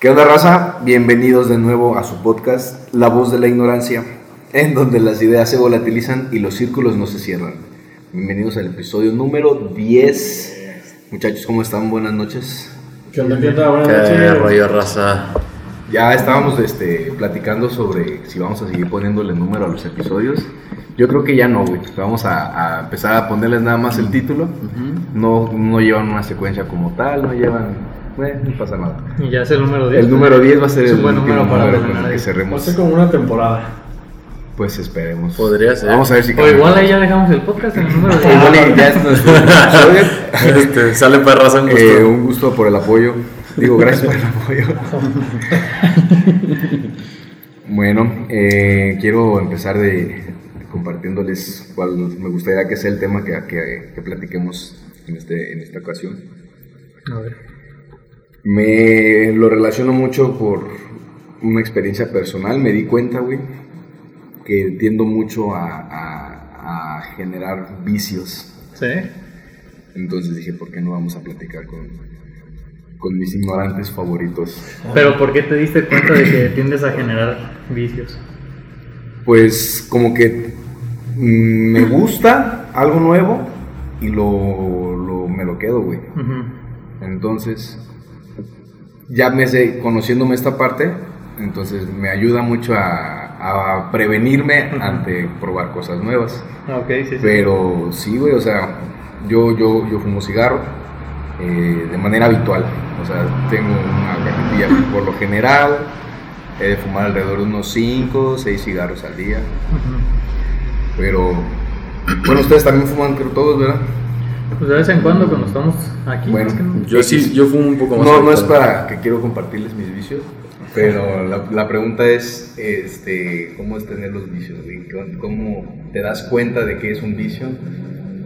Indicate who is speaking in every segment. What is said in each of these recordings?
Speaker 1: ¿Qué onda, raza? Bienvenidos de nuevo a su podcast, La Voz de la Ignorancia, en donde las ideas se volatilizan y los círculos no se cierran. Bienvenidos al episodio número 10. Muchachos, ¿cómo están? Buenas noches.
Speaker 2: ¿Qué onda, qué onda? Buenas
Speaker 3: Qué
Speaker 2: noches.
Speaker 3: rollo raza.
Speaker 1: Ya estábamos este, platicando sobre si vamos a seguir poniéndole número a los episodios. Yo creo que ya no, güey. Vamos a, a empezar a ponerles nada más el título. No, no llevan una secuencia como tal, no llevan... Bueno, no pasa nada.
Speaker 4: Y ya es el número 10.
Speaker 1: El número 10 va a ser
Speaker 4: Este
Speaker 1: el
Speaker 4: Es un buen
Speaker 1: último
Speaker 4: número para
Speaker 1: con el
Speaker 4: terminar
Speaker 1: que
Speaker 4: ahí.
Speaker 2: Va a
Speaker 1: cerremos.
Speaker 2: ser como una temporada.
Speaker 1: Pues esperemos.
Speaker 3: Podría ser.
Speaker 1: Vamos a ver si
Speaker 4: O
Speaker 1: cambia.
Speaker 4: igual ahí ya dejamos el podcast en el número Ah,
Speaker 1: O igual
Speaker 4: 10.
Speaker 1: y ya es nuestro episodio.
Speaker 3: Este, sale para raza un gusto.
Speaker 1: Eh, un gusto por el apoyo. Digo, gracias por el apoyo. bueno, eh, quiero empezar de compartiéndoles cuál me gustaría que sea el tema que, que- que platiquemos en, este, en esta ocasión.
Speaker 4: A ver.
Speaker 1: Me lo relaciono mucho por una experiencia personal. Me di cuenta, güey, que tiendo mucho a, a- a generar vicios.
Speaker 4: Sí.
Speaker 1: Entonces dije, ¿por qué no vamos a platicar con, con mis ignorantes favoritos?
Speaker 4: Pero ¿por qué te diste cuenta de que tiendes a generar vicios?
Speaker 1: Pues como que mm, me gusta algo nuevo y lo, lo- me lo quedo, güey.
Speaker 4: Ujú.
Speaker 1: Entonces, ya me sé, conociéndome esta parte, entonces me ayuda mucho a, a prevenirme ante probar cosas nuevas.
Speaker 4: Ah, Ok, sí, sí.
Speaker 1: Pero sí, güey, o sea, yo, yo, yo fumo cigarro eh, de manera habitual. O sea, tengo una cajetilla por lo general. He de fumar alrededor de unos 5, 6 cigarros al día.
Speaker 4: Ujú.
Speaker 1: Pero, bueno, ustedes también fuman, creo, todos, ¿verdad?
Speaker 4: Pues de vez en cuando cuando estamos aquí.
Speaker 1: Bueno,
Speaker 4: es que no-
Speaker 3: Yo sí, yo fumo un poco más.
Speaker 1: No, no
Speaker 3: ahorita.
Speaker 1: es para que quiero compartirles mis vicios, pero la, la pregunta es, este, ¿cómo es tener los vicios? güey? ¿Cómo- ¿Cómo te das cuenta de que es un vicio?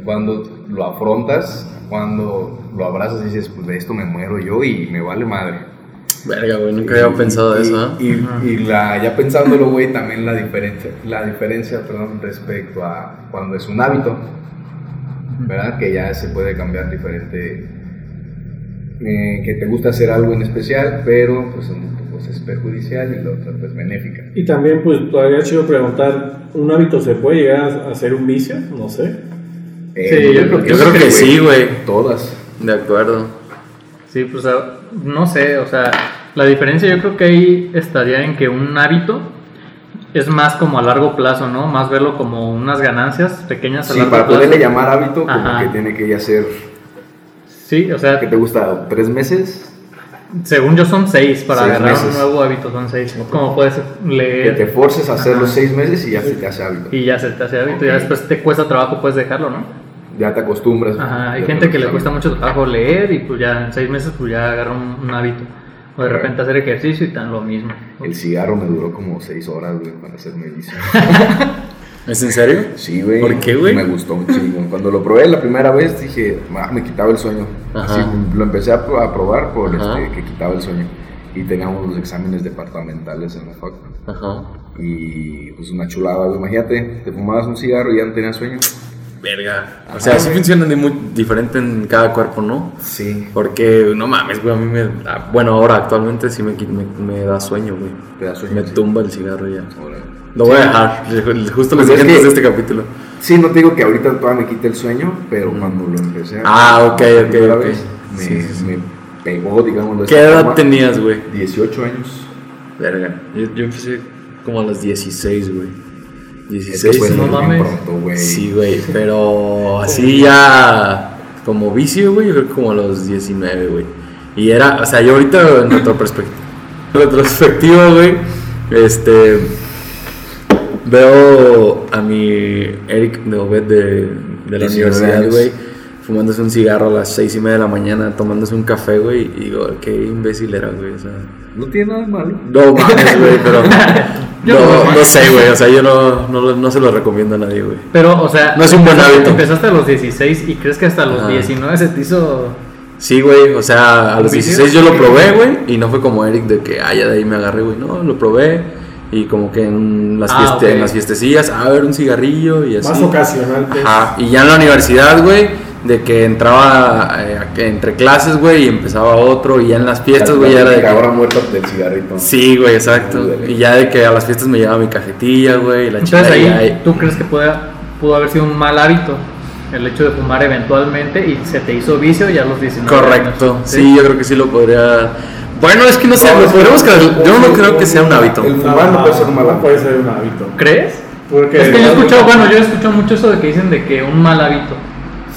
Speaker 1: Cuando lo afrontas, cuando lo abrazas y dices, pues de esto me muero yo y me vale madre.
Speaker 3: Verga, güey, nunca había
Speaker 1: Y-
Speaker 3: pensado
Speaker 1: y-
Speaker 3: eso, ¿eh?
Speaker 1: Y, y la, ya pensándolo, güey, también la diferencia, la diferencia perdón, respecto a cuando es un hábito, ¿verdad? Que ya se puede cambiar diferente. eh, que te gusta hacer algo en especial, pero pues una cosa es perjudicial y la otra pues benéfica.
Speaker 2: Y también, pues, todavía chido preguntar: ¿un hábito se puede llegar a ser un vicio? No sé.
Speaker 1: Eh,
Speaker 4: Sí, yo creo que
Speaker 3: Yo creo que sí, güey.
Speaker 1: Todas.
Speaker 3: De acuerdo.
Speaker 4: Sí, pues ah, no sé, o sea, la diferencia yo creo que ahí estaría en que un hábito es más como a largo plazo, ¿no? Más verlo como unas ganancias pequeñas a
Speaker 1: Sí,
Speaker 4: largo
Speaker 1: para
Speaker 4: plazo.
Speaker 1: poderle llamar hábito, como
Speaker 4: Ajá.
Speaker 1: que tiene que ya ser,
Speaker 4: Sí, o sea,
Speaker 1: que te gusta? ¿Tres meses?
Speaker 4: Según yo son seis para
Speaker 1: Seis
Speaker 4: agarrar
Speaker 1: meses.
Speaker 4: un nuevo hábito, son seis. Como puedes
Speaker 1: Que te
Speaker 4: leer
Speaker 1: forces a hacer
Speaker 4: Ajá.
Speaker 1: los seis meses y ya se te hace hábito.
Speaker 4: y ya se te hace hábito, ya
Speaker 1: Ok.
Speaker 4: después te cuesta trabajo puedes dejarlo, ¿no?
Speaker 1: Ya te acostumbras.
Speaker 4: Ajá, hay
Speaker 1: Ya
Speaker 4: gente
Speaker 1: te
Speaker 4: que le
Speaker 1: acostumbras.
Speaker 4: cuesta mucho trabajo leer y pues ya en seis meses pues ya agarra un, un hábito. O de
Speaker 1: Claro.
Speaker 4: repente hacer ejercicio y tan lo mismo.
Speaker 1: El cigarro me duró como 6 horas, güey, para hacerme vicio.
Speaker 3: ¿Es en serio?
Speaker 1: Sí, güey.
Speaker 3: ¿Por qué, güey?
Speaker 1: Me gustó un chingo. Cuando lo probé la primera vez dije, "Ah, me quitaba el sueño.
Speaker 3: Ajá.
Speaker 1: Así lo empecé a, pro- a probar por
Speaker 3: Ajá.
Speaker 1: este, que quitaba el sueño. Y teníamos los exámenes departamentales en la fac.
Speaker 3: Ajá.
Speaker 1: Y pues una chulada, güey. Imagínate, te fumabas un cigarro y ya no tenías sueño.
Speaker 3: Verga.
Speaker 1: Ajá,
Speaker 3: O sea, sí
Speaker 1: güey.
Speaker 3: funcionan de muy diferente en cada cuerpo, ¿no?
Speaker 1: Sí.
Speaker 3: Porque, no mames, güey, a mí me... ah, Bueno, ahora actualmente sí me, qui- me, me da sueño, güey.
Speaker 1: Te da sueño.
Speaker 3: Me
Speaker 1: sí.
Speaker 3: tumba el cigarro ya.
Speaker 1: Órale.
Speaker 3: Lo voy a dejar. Justo
Speaker 1: Pues
Speaker 3: les
Speaker 1: es
Speaker 3: dije
Speaker 1: que-
Speaker 3: antes
Speaker 1: pues
Speaker 3: de este capítulo.
Speaker 1: Sí, no te digo que ahorita todavía me quite el sueño, pero cuando lo empecé a.
Speaker 3: Ah, ok, ok,
Speaker 1: la primera
Speaker 3: ok.
Speaker 1: vez, Me,
Speaker 3: Sí, sí, sí.
Speaker 1: me pegó, digámoslo. de
Speaker 3: ¿Qué
Speaker 1: esta
Speaker 3: edad
Speaker 1: forma.
Speaker 3: tenías, güey?
Speaker 1: 18 años.
Speaker 3: Verga. Yo, yo empecé como a los 16, güey.
Speaker 1: Es que
Speaker 3: 16,
Speaker 1: fue
Speaker 4: no
Speaker 1: muy
Speaker 4: mames.
Speaker 1: pronto, güey.
Speaker 3: Sí, pues, güey, pero así ya como vicio, güey, yo creo que como a los 19, güey. Y era, o sea, yo ahorita en retrospectiva, retrospectiva, güey, este, veo a mi Eric Neobet de, de la
Speaker 1: 19
Speaker 3: universidad,
Speaker 1: años.
Speaker 3: güey, fumándose un cigarro a las 6 y media de la mañana, tomándose un café, güey, y digo, qué imbécil era, güey, o sea...
Speaker 1: No tiene nada de malo.
Speaker 3: No mames, güey, pero.
Speaker 4: Yo no
Speaker 3: No,
Speaker 4: mames.
Speaker 3: no sé, güey. O sea, yo no, no, lo- no se lo recomiendo a nadie, güey.
Speaker 4: Pero, o sea,
Speaker 3: No es un buen
Speaker 4: empezaste-
Speaker 3: hábito.
Speaker 4: Empezaste a los 16 y crees que hasta los
Speaker 3: Ajá.
Speaker 4: 19 se te hizo...
Speaker 3: Sí, güey. O sea, a los
Speaker 4: ¿Un vicio?
Speaker 3: 16 yo lo probé, güey. Y no fue como Eric de que, ah, ya de ahí me agarré, güey. No, lo probé. Y como que en las,
Speaker 4: Ah,
Speaker 3: fieste-
Speaker 4: ok.
Speaker 3: en las fiestecillas, a ver, un cigarrillo y así.
Speaker 2: Más ocasional. pues.
Speaker 3: Ajá. Y ya en la universidad, güey, de que entraba eh, entre clases, güey, y empezaba otro, y ya en las fiestas, güey, ya era de que...
Speaker 1: Ahora muerto del cigarrito.
Speaker 3: Sí, güey, exacto. Y ya de que a las fiestas me llevaba mi cajetilla, güey, y la
Speaker 4: Entonces
Speaker 3: chingada, y
Speaker 4: ahí,
Speaker 3: ahí-
Speaker 4: ¿tú crees que pueda, pudo haber sido un mal hábito el hecho de fumar eventualmente y se te hizo vicio ya a los 19
Speaker 3: Correcto,
Speaker 4: años?
Speaker 3: sí. yo creo que sí lo podría... Bueno, es que no sé, lo podríamos que... Yo no creo que sea un hábito.
Speaker 1: El fumar no puede ser un
Speaker 4: Ah.
Speaker 1: mal
Speaker 2: No
Speaker 1: hábito.
Speaker 2: puede ser un hábito.
Speaker 4: ¿Crees?
Speaker 2: Porque
Speaker 4: es que yo he escuchado, bueno, yo he escuchado mucho eso de que dicen de que un mal hábito,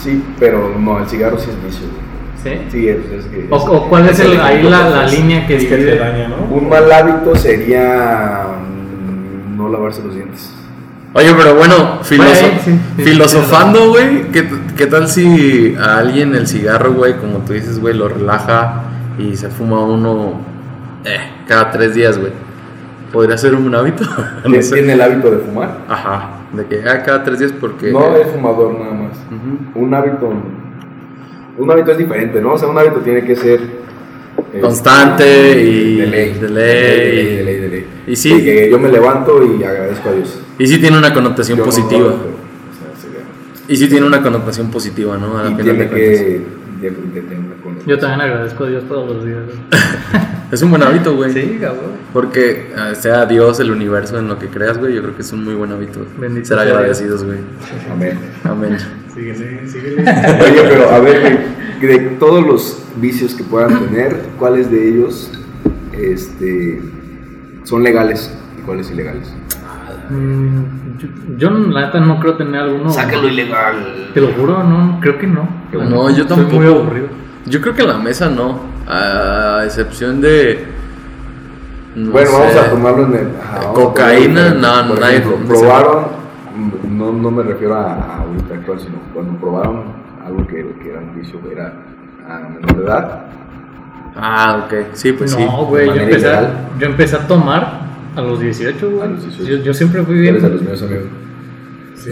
Speaker 1: Sí, pero no, el cigarro sí es vicio. güey.
Speaker 4: ¿sí?
Speaker 1: Sí, es, es que.
Speaker 4: O, o cuál es el, ahí la, la línea que
Speaker 2: es que te
Speaker 4: divide?
Speaker 2: daña, ¿no?
Speaker 1: Un mal hábito sería. mm, no lavarse los dientes.
Speaker 3: Oye, pero bueno, filoso-
Speaker 4: Bueno, ahí sí, sí,
Speaker 3: filosofando, güey, ¿qué, qué tal si a alguien el cigarro, güey, como tú dices, güey, lo relaja y se fuma uno eh, cada tres días, güey? ¿Podría ser un hábito? no
Speaker 1: ¿Tiene-
Speaker 3: sé.
Speaker 1: ¿Tiene el hábito de fumar?
Speaker 3: Ajá, de que ah, cada tres días porque...
Speaker 1: No es fumador nada más.
Speaker 3: Ujú.
Speaker 1: Un hábito. Un hábito es diferente, ¿no? O sea, un hábito tiene que ser. eh,
Speaker 3: Constante y-
Speaker 1: De ley.
Speaker 3: de
Speaker 1: De
Speaker 3: ley.
Speaker 1: ley, de ley, de ley.
Speaker 3: Y sí.
Speaker 1: Porque yo me levanto y agradezco a Dios.
Speaker 3: Y sí tiene una connotación
Speaker 1: Yo no
Speaker 3: positiva.
Speaker 1: lo hago, pero, o sea, sería-
Speaker 3: y sí tiene una connotación positiva, ¿no? A la
Speaker 1: Y
Speaker 3: final de
Speaker 1: tiene
Speaker 3: cuentas.
Speaker 1: que. Yo creo que tiene una conexión.
Speaker 4: Yo también agradezco a Dios todos los días.
Speaker 3: Es un buen hábito, güey.
Speaker 4: cabrón.
Speaker 3: Porque eh, sea Dios, el universo, en lo que creas, güey, yo creo que es un muy buen hábito.
Speaker 4: Bendito
Speaker 3: Ser
Speaker 4: sea
Speaker 3: agradecidos, güey.
Speaker 1: Amén.
Speaker 3: Amén.
Speaker 2: Síguele, síguele.
Speaker 1: Oye, pero a ver, güey, de todos los vicios que puedan tener, ¿cuáles de ellos este, son legales y cuáles ilegales?
Speaker 4: Mm, yo, yo, la neta no creo tener alguno.
Speaker 1: ilegal.
Speaker 4: Te lo juro, no, creo que no.
Speaker 3: No, yo
Speaker 4: Estoy
Speaker 3: tampoco.
Speaker 4: muy aburrido.
Speaker 3: Yo creo que en la mesa no. A excepción de. no
Speaker 1: bueno, vamos
Speaker 3: sé.
Speaker 1: a tomarlo en el. ajá, vamos a
Speaker 3: Cocaína,
Speaker 1: ponerlo en el-
Speaker 3: no,
Speaker 1: por
Speaker 3: nadie-
Speaker 1: ejemplo, probaron, no, no me refiero a, a ahorita actual, sino cuando probaron algo que, que era un vicio, que era a menor de edad.
Speaker 3: Ah, ok. Sí, pues sí.
Speaker 4: no, güey, yo
Speaker 1: manera
Speaker 4: empecé, a,
Speaker 1: ilegal.
Speaker 4: yo empecé a tomar a los 18, güey.
Speaker 1: A los 18.
Speaker 4: Yo, yo siempre fui bien.
Speaker 1: Eres a los míos, amigos.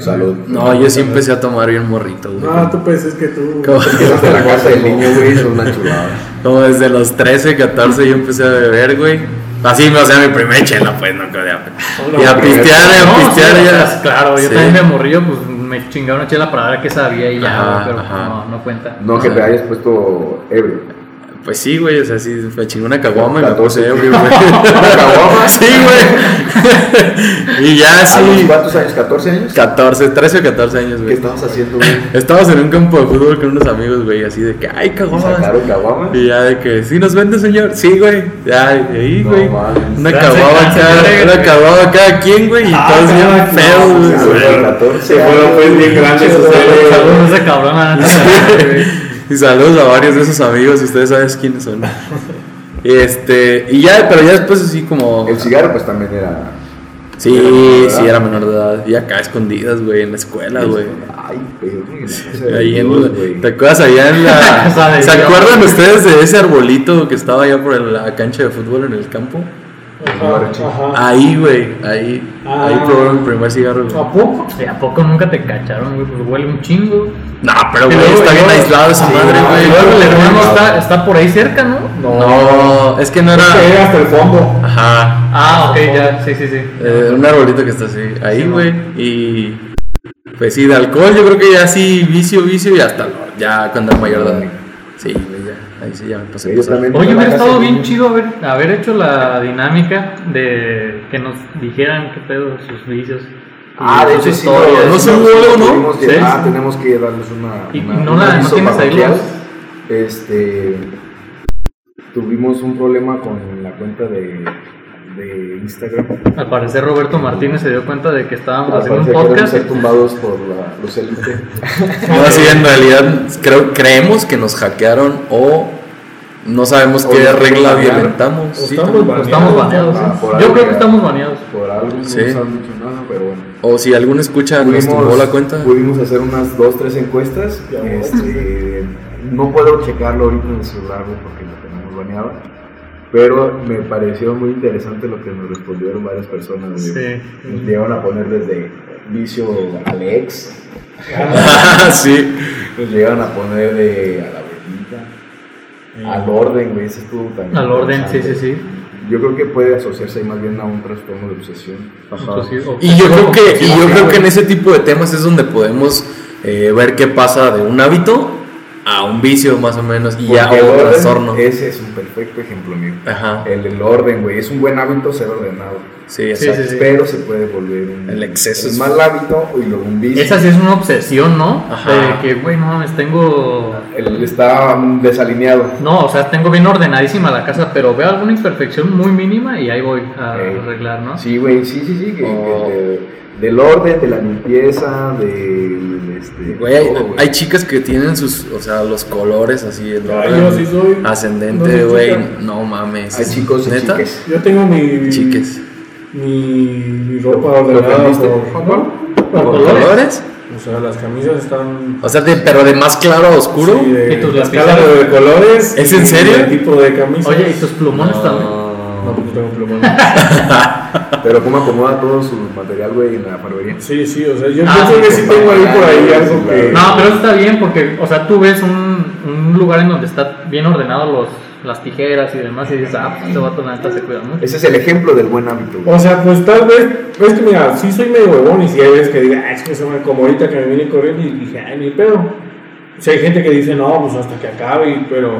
Speaker 1: Salud.
Speaker 3: No, yo sí empecé a tomar bien morrito, güey.
Speaker 2: No, tú pues es que tú.
Speaker 3: Como,
Speaker 1: Es hasta la casa del niño, güey, son una chulada.
Speaker 3: como desde los 13, 14 yo empecé a beber, güey. Así, o sea, mi primer chela, pues, no creo. ya.
Speaker 2: Hola,
Speaker 3: Y a
Speaker 1: güey.
Speaker 3: pistear, y
Speaker 4: No,
Speaker 3: a
Speaker 4: sí,
Speaker 3: pistear,
Speaker 4: o
Speaker 3: ya.
Speaker 4: sea, pues, Claro, yo
Speaker 3: Sí.
Speaker 4: también me morrillo, pues me chingaba una chela para ver qué sabía y ya,
Speaker 3: Ajá,
Speaker 4: güey, pero
Speaker 3: ajá.
Speaker 4: no, no cuenta.
Speaker 1: No que te hayas puesto ebrio.
Speaker 3: Pues sí, güey, o sea, sí, me chingó una caguama y me
Speaker 1: 14.
Speaker 3: puse ebrio, güey. Sí, güey. y ya,
Speaker 1: ¿A los
Speaker 3: Ah, sí.
Speaker 1: cuántos años? ¿14 años?
Speaker 3: 14, 13 o 14 años,
Speaker 1: ¿Qué
Speaker 3: güey.
Speaker 1: estabas haciendo, güey?
Speaker 3: Estábamos en un campo de fútbol con unos amigos, güey, así de que, ay, caguamas.
Speaker 1: ¿Sacaron caguamas?
Speaker 3: Y ya de que, sí, nos vende, señor. Sí, güey. Ya, y ahí,
Speaker 1: No
Speaker 3: güey.
Speaker 1: mames.
Speaker 3: Una
Speaker 4: Gracias,
Speaker 3: caguama
Speaker 4: gracias,
Speaker 3: cada,
Speaker 4: gracias,
Speaker 3: una
Speaker 4: güey.
Speaker 3: caguama cada quien, güey. Y todos bien feos,
Speaker 1: Se
Speaker 3: güey.
Speaker 1: fueron 14
Speaker 2: Se fueron, pues, bien grandes, o sea,
Speaker 1: años.
Speaker 4: Saludos ese cabrón, la neta, güey.
Speaker 3: Y saludos a varios de esos amigos, ustedes saben quiénes son. Este, y ya, pero ya después así como...
Speaker 1: El cigarro, pues también era.
Speaker 3: Sí,
Speaker 1: Era menor de edad.
Speaker 3: sí, era menor de edad. Y acá escondidas, güey, en la escuela, güey.
Speaker 1: Ay, pero. güey, la casa de
Speaker 3: Ahí en-
Speaker 1: Dios, güey.
Speaker 3: ¿Te acuerdas allá en
Speaker 4: O sea,
Speaker 3: la...
Speaker 4: de
Speaker 3: ¿Se
Speaker 4: Dios.
Speaker 3: acuerdan ustedes de ese arbolito que estaba allá por la cancha de fútbol en el campo?
Speaker 2: Ajá.
Speaker 4: Ah.
Speaker 3: Ahí, güey, ahí.
Speaker 2: Ah.
Speaker 3: Ahí probaron el primer cigarro, güey.
Speaker 2: ¿A poco?
Speaker 4: ¿Y a poco nunca te cacharon, güey? Pues huele un chingo.
Speaker 3: No, pero,
Speaker 4: Y
Speaker 3: güey,
Speaker 4: luego-
Speaker 3: está
Speaker 4: y
Speaker 3: bien
Speaker 4: luego-
Speaker 3: aislado esa
Speaker 4: Sí,
Speaker 3: madre,
Speaker 4: no,
Speaker 3: güey.
Speaker 4: y luego el hermano
Speaker 1: No.
Speaker 4: está, está por ahí cerca, ¿no?
Speaker 3: No, es que no
Speaker 2: Te llega
Speaker 3: era...
Speaker 2: hasta el fondo.
Speaker 3: Ajá.
Speaker 4: Ah, ok, ya, sí, sí, sí.
Speaker 3: Eh, un arbolito que está así, ahí,
Speaker 4: Sí,
Speaker 3: güey. Y. Pues sí, de alcohol, yo creo que ya sí, vicio, vicio y hasta lo- ya cuando era mayor de edad. Sí, güey, ya. Ahí sí, ya me pasé.
Speaker 1: Sí, yo
Speaker 3: pasé.
Speaker 1: también.
Speaker 4: Oye,
Speaker 1: en la
Speaker 4: hubiera
Speaker 1: casa
Speaker 4: estado
Speaker 1: del
Speaker 4: bien
Speaker 1: niño.
Speaker 4: chido haber, haber hecho la dinámica de que nos dijeran qué pedo sus vicios.
Speaker 1: Ah, de
Speaker 4: sus
Speaker 1: hecho, sí.
Speaker 4: historias.
Speaker 3: no
Speaker 1: sí,
Speaker 3: sé, huevo, ¿no?
Speaker 1: tuvimos que-
Speaker 4: Sí.
Speaker 1: Ah, tenemos que darles una.
Speaker 4: Y-
Speaker 1: una-
Speaker 4: y no
Speaker 1: un
Speaker 4: la- no
Speaker 1: aviso
Speaker 4: tienes ahí
Speaker 1: parroquial.
Speaker 4: los-
Speaker 1: Este. Tuvimos un problema con la cuenta de, de Instagram.
Speaker 4: Al parecer Roberto Martínez se dio cuenta de que estábamos
Speaker 1: Al
Speaker 4: haciendo Ah, un
Speaker 1: parecer queremos
Speaker 4: podcast.
Speaker 1: ser tumbados por la luz élite.
Speaker 3: No, sí, en realidad creo, creemos que nos hackearon o no sabemos
Speaker 1: O
Speaker 3: qué
Speaker 1: nos
Speaker 3: regla
Speaker 1: banearon.
Speaker 3: violentamos.
Speaker 2: O
Speaker 3: Sí,
Speaker 2: estamos
Speaker 3: también.
Speaker 4: Pues Estamos baneados.
Speaker 1: Ah,
Speaker 4: ¿eh?
Speaker 1: por
Speaker 4: Yo
Speaker 1: algo
Speaker 4: creo que
Speaker 1: ya.
Speaker 4: estamos baneados.
Speaker 1: Por algo no
Speaker 3: Sí.
Speaker 1: nos han dicho nada, pero bueno.
Speaker 3: o si algún escucha nos tumbó la cuenta.
Speaker 1: pudimos hacer unas dos, tres encuestas.
Speaker 2: Ya.
Speaker 1: Este, no puedo checarlo ahorita en el celular güey, porque lo tenemos baneado. Pero me pareció muy interesante lo que nos respondieron varias personas. güey.
Speaker 4: Sí.
Speaker 1: Nos llegaron a poner desde vicio Alex,
Speaker 3: Ah, sí.
Speaker 1: nos llegaron a poner de a la bebida, al orden, güey, ese estuvo también.
Speaker 4: Al orden, sí, sí,
Speaker 1: interesante.
Speaker 4: sí.
Speaker 1: Yo creo que puede asociarse ahí más bien a un trastorno de obsesión.
Speaker 4: Entonces, Pues sí, o-
Speaker 3: Y yo creo que, y yo
Speaker 1: Sí,
Speaker 3: creo que
Speaker 1: güey.
Speaker 3: en ese tipo de temas es donde podemos eh, ver qué pasa de un hábito a un vicio más o menos y ya
Speaker 1: Porque el
Speaker 3: o un
Speaker 1: orden,
Speaker 3: trastorno.
Speaker 1: Ese es un perfecto ejemplo mío.
Speaker 3: Ajá.
Speaker 1: El, el orden, güey, es un buen hábito ser ordenado.
Speaker 3: Sí,
Speaker 4: Sí,
Speaker 3: exacto.
Speaker 4: sí, sí.
Speaker 1: Pero se puede volver un
Speaker 3: El exceso
Speaker 1: un
Speaker 3: es-
Speaker 1: mal hábito y luego un vicio.
Speaker 4: Esa sí es una obsesión, ¿no?
Speaker 3: Ajá.
Speaker 4: De que, güey, no mames, tengo.
Speaker 1: El está mm, desalineado.
Speaker 4: No, o sea, tengo bien ordenadísima la casa, pero veo alguna imperfección muy mínima y ahí voy a
Speaker 1: Ey.
Speaker 4: arreglar, ¿no?
Speaker 1: Sí, güey, sí, sí, sí. que-
Speaker 3: Oh.
Speaker 1: que de- del orden, de la limpieza, de. Este,
Speaker 3: Güey, hay,
Speaker 1: todo, güey.
Speaker 3: hay chicas que tienen sus, o sea, los colores así, el
Speaker 2: Ay,
Speaker 3: orden
Speaker 2: yo sí soy- no
Speaker 3: ascendente,
Speaker 2: soy
Speaker 3: güey.
Speaker 2: chica.
Speaker 3: No mames.
Speaker 1: Hay chicos y
Speaker 3: ¿Neta?
Speaker 1: chiques.
Speaker 2: Yo tengo mi.
Speaker 3: Chiques.
Speaker 2: Mi, mi ropa
Speaker 1: ¿Lo
Speaker 2: ordenada
Speaker 1: aprendiste?
Speaker 2: por, por
Speaker 3: ¿Por colores?
Speaker 2: O sea, las camisas están.
Speaker 3: O sea, de- pero de más claro a oscuro.
Speaker 2: Sí, de,
Speaker 4: ¿Y tus
Speaker 2: la
Speaker 4: lapiceros?
Speaker 2: escala de colores.
Speaker 3: ¿Es en
Speaker 2: y
Speaker 3: serio?
Speaker 2: El tipo de camisa.
Speaker 4: Oye, ¿y tus plumones también?
Speaker 2: No,
Speaker 3: No.
Speaker 2: porque tengo plumones.
Speaker 1: Pero cómo acomoda todo su material, güey, en la barbería.
Speaker 2: Sí, sí, o sea, yo,
Speaker 4: Ah,
Speaker 2: yo creo que
Speaker 1: sí,
Speaker 2: sí tengo ahí por ahí
Speaker 1: claro,
Speaker 2: algo que.
Speaker 1: claro.
Speaker 4: No, pero eso está bien porque, o sea, tú ves un, un lugar en donde está bien ordenado los, las tijeras y demás y dices, ah, pues este vato la neta se cuida mucho.
Speaker 1: Ese es el ejemplo del buen hábito. güey.
Speaker 2: O sea, pues tal vez, es que mira, sí soy medio huevón y si hay veces que diga, "Ah, es que se me como ahorita que me viene corriendo y dije, ay, mi pedo. Si hay gente que dice, no, pues hasta que acabe, y- pero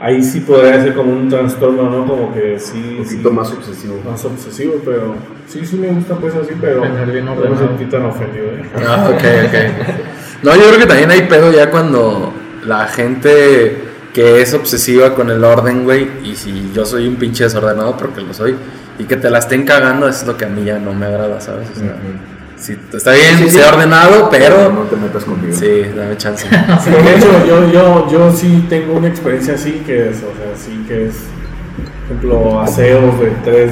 Speaker 2: ahí sí podría ser como un trastorno, ¿no? Como que sí.
Speaker 3: Oh,
Speaker 1: Un poquito
Speaker 2: sí,
Speaker 1: más obsesivo.
Speaker 2: más obsesivo, pero sí, sí me gusta pues así, pero
Speaker 4: Tener bien
Speaker 2: no me
Speaker 4: ordenado.
Speaker 2: sentí tan ofendido. ¿eh?
Speaker 3: Ah, ok, ok. No, yo creo que también hay pedo ya cuando la gente que es obsesiva con el orden, güey, y si yo soy un pinche desordenado porque lo soy, y que te la estén cagando, es lo que a mí ya no me agrada, ¿sabes? O sea,
Speaker 1: Ujú.
Speaker 3: sí, está bien,
Speaker 1: Sí, sí,
Speaker 3: sea
Speaker 1: sí.
Speaker 3: ordenado,
Speaker 1: No
Speaker 3: pero...
Speaker 1: te metas conmigo.
Speaker 3: Sí, dame chance.
Speaker 2: Sí, de hecho, yo, yo, yo sí tengo una experiencia así que es, o sea, sí que es, por ejemplo, aseos de tres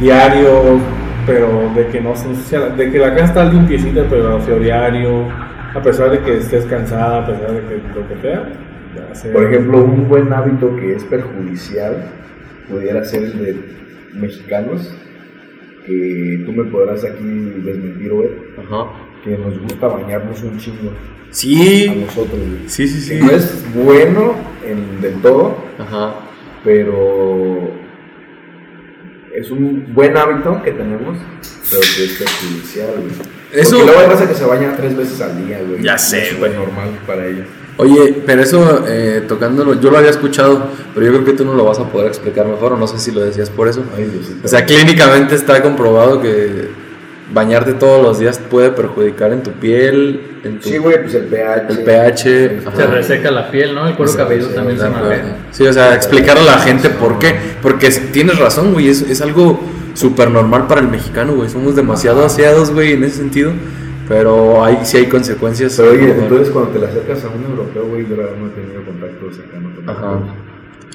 Speaker 2: diarios, pero de que no se ensucia, de que la casa está limpiecita, pero no aseo diario, a pesar de que estés cansada, a pesar de que lo que sea. aseo.
Speaker 1: Por ejemplo, un buen hábito que es perjudicial pudiera ser el de mexicanos, que tú me podrás aquí desmentir, güey,
Speaker 3: Ajá.
Speaker 1: que nos gusta bañarnos un chingo a
Speaker 3: Sí,
Speaker 1: nosotros, güey.
Speaker 3: sí, sí,
Speaker 1: Que
Speaker 3: sí.
Speaker 1: No
Speaker 2: Pues,
Speaker 1: es bueno en- del todo,
Speaker 3: Ajá.
Speaker 1: pero es un buen hábito que tenemos, pero que es perjudicial, güey.
Speaker 3: Eso-
Speaker 1: Porque luego hay raza que se baña tres veces al día, güey.
Speaker 3: Ya sé,
Speaker 1: Es súper
Speaker 3: güey.
Speaker 1: normal para ellos.
Speaker 3: Oye, pero eso, eh, tocándolo, yo lo había escuchado, pero yo creo que tú no lo vas a poder explicar mejor, o no sé si lo decías por eso.
Speaker 1: Ay, Diosito.
Speaker 3: O sea, clínicamente está comprobado que bañarte todos los días puede perjudicar en tu piel, en tu
Speaker 1: Sí, güey, pues el Este, pH.
Speaker 3: el pH.
Speaker 4: Se
Speaker 3: ajá.
Speaker 4: reseca la piel, ¿no? El cuero
Speaker 1: Sí,
Speaker 4: cabelludo
Speaker 1: sí,
Speaker 4: también se
Speaker 1: de acuerdo.
Speaker 4: me
Speaker 3: Ah, Sí, o sea, explicar a la gente por qué. Porque s- tienes razón, güey, es, es algo súper normal para el mexicano, güey. Somos demasiado aseados, güey, en ese sentido. Pero hay, sí hay consecuencias.
Speaker 1: Pero oye, entonces cuando te la acercas a un europeo, güey, yo la verdad no he tenido contactos acá, no tengo
Speaker 3: Ajá.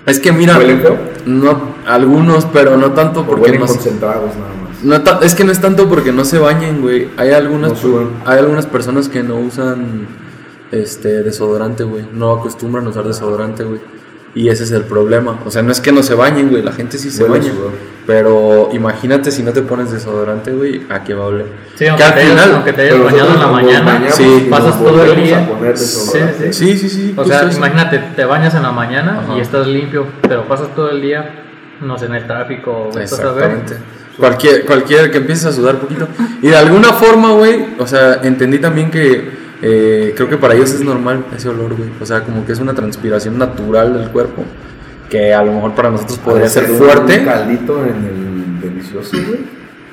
Speaker 3: Es que mira,
Speaker 1: ¿Huelen feo?
Speaker 3: no, algunos, pero no tanto
Speaker 1: Porque
Speaker 3: porque
Speaker 1: huelen
Speaker 3: no, se-
Speaker 1: concentrados nada más.
Speaker 3: No ta- es que no es tanto porque no se bañen, güey. Hay algunas,
Speaker 1: No sudan.
Speaker 3: hay algunas personas que no usan este desodorante, güey. No acostumbran a usar desodorante, güey. Y ese es el problema. O sea, no es que no se bañen, güey. La gente sí se
Speaker 1: Huele a
Speaker 3: baña.
Speaker 4: Eh,
Speaker 1: sudor.
Speaker 3: Pero imagínate si no te pones desodorante, güey, a qué va a oler.
Speaker 4: Sí,
Speaker 3: que
Speaker 4: aunque
Speaker 3: al
Speaker 4: te, hayas,
Speaker 3: final.
Speaker 4: aunque te hayas
Speaker 1: Pero
Speaker 4: bañado en la
Speaker 1: nosotros nos
Speaker 4: mañana,
Speaker 1: bañamos
Speaker 3: sí,
Speaker 1: y
Speaker 4: pasas
Speaker 1: nos
Speaker 4: todo el
Speaker 1: volvemos
Speaker 4: día.
Speaker 1: a poner desodorante.
Speaker 4: Sí,
Speaker 3: Sí, sí, sí.
Speaker 4: O
Speaker 3: justo
Speaker 4: sea,
Speaker 3: eso.
Speaker 4: imagínate, te bañas en la mañana
Speaker 3: Pues Ajá.
Speaker 4: y estás limpio, pero pasas todo el día, no sé, en el tráfico, estás a ver.
Speaker 3: Exactamente. Cualquier, cualquier que empieces a sudar poquito. Y de alguna forma, güey, o sea, entendí también que eh, creo que para ellos es normal ese olor, güey. O sea, como que es una transpiración natural del cuerpo. Que a lo mejor para nosotros podría ser
Speaker 1: Hacer un
Speaker 3: fuerte.
Speaker 1: caldito en el delicioso, güey.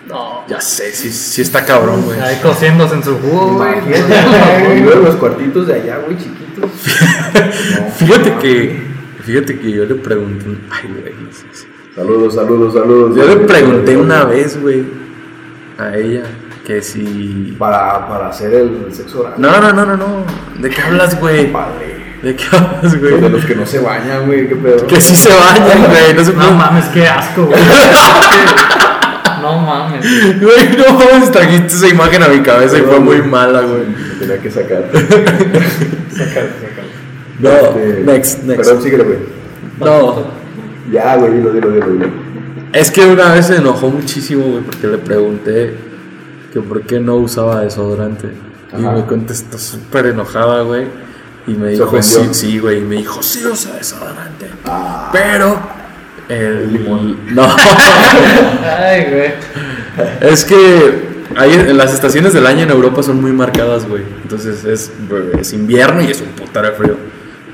Speaker 4: No,
Speaker 3: Ya sé, sí, sí está cabrón, güey.
Speaker 4: ahí cociéndose en su jugo, güey.
Speaker 1: Imagínate, Y luego los cuartitos de allá, güey, chiquitos. No,
Speaker 3: Fíjate
Speaker 1: no,
Speaker 3: que, fíjate que yo le pregunté. Ay, güey. no sé si-
Speaker 1: Saludos, saludos, saludos.
Speaker 3: Yo le pregunté una vez, güey, a ella que si.
Speaker 1: Para, para hacer el sexo oral.
Speaker 3: No, no, no, no, no. ¿De qué hablas, güey?
Speaker 1: Padre.
Speaker 3: ¿De qué hablas, güey?
Speaker 1: De los que no se bañan, güey, qué pedo.
Speaker 3: Que sí se bañan, güey. No se
Speaker 4: No
Speaker 3: pueden.
Speaker 4: mames, qué asco, güey. No mames.
Speaker 3: Güey, no mames, trajiste esa imagen a mi cabeza y fue
Speaker 1: Perdón,
Speaker 3: muy
Speaker 1: güey.
Speaker 3: mala, güey.
Speaker 1: Me Tenía que sacar.
Speaker 2: Sácalo, sácalo.
Speaker 3: No,
Speaker 1: Este,
Speaker 3: next, next.
Speaker 1: Perdón, síguele, güey.
Speaker 3: No,
Speaker 1: Ya, güey, dilo, dilo, dilo. dilo.
Speaker 3: es que una vez se enojó muchísimo, güey, porque le pregunté que por qué no usaba desodorante. Y
Speaker 1: Ajá.
Speaker 3: me contestó súper enojada, güey. Y me dijo,
Speaker 1: ofendió.
Speaker 3: sí, sí, güey. Y me dijo, sí usa desodorante.
Speaker 1: Ah,
Speaker 3: Pero. El
Speaker 1: limón.
Speaker 3: No.
Speaker 4: Ay, güey.
Speaker 3: Es que Ahí en- las estaciones del año en Europa son muy marcadas, güey. Entonces es, güey, es invierno y es un putero de frío.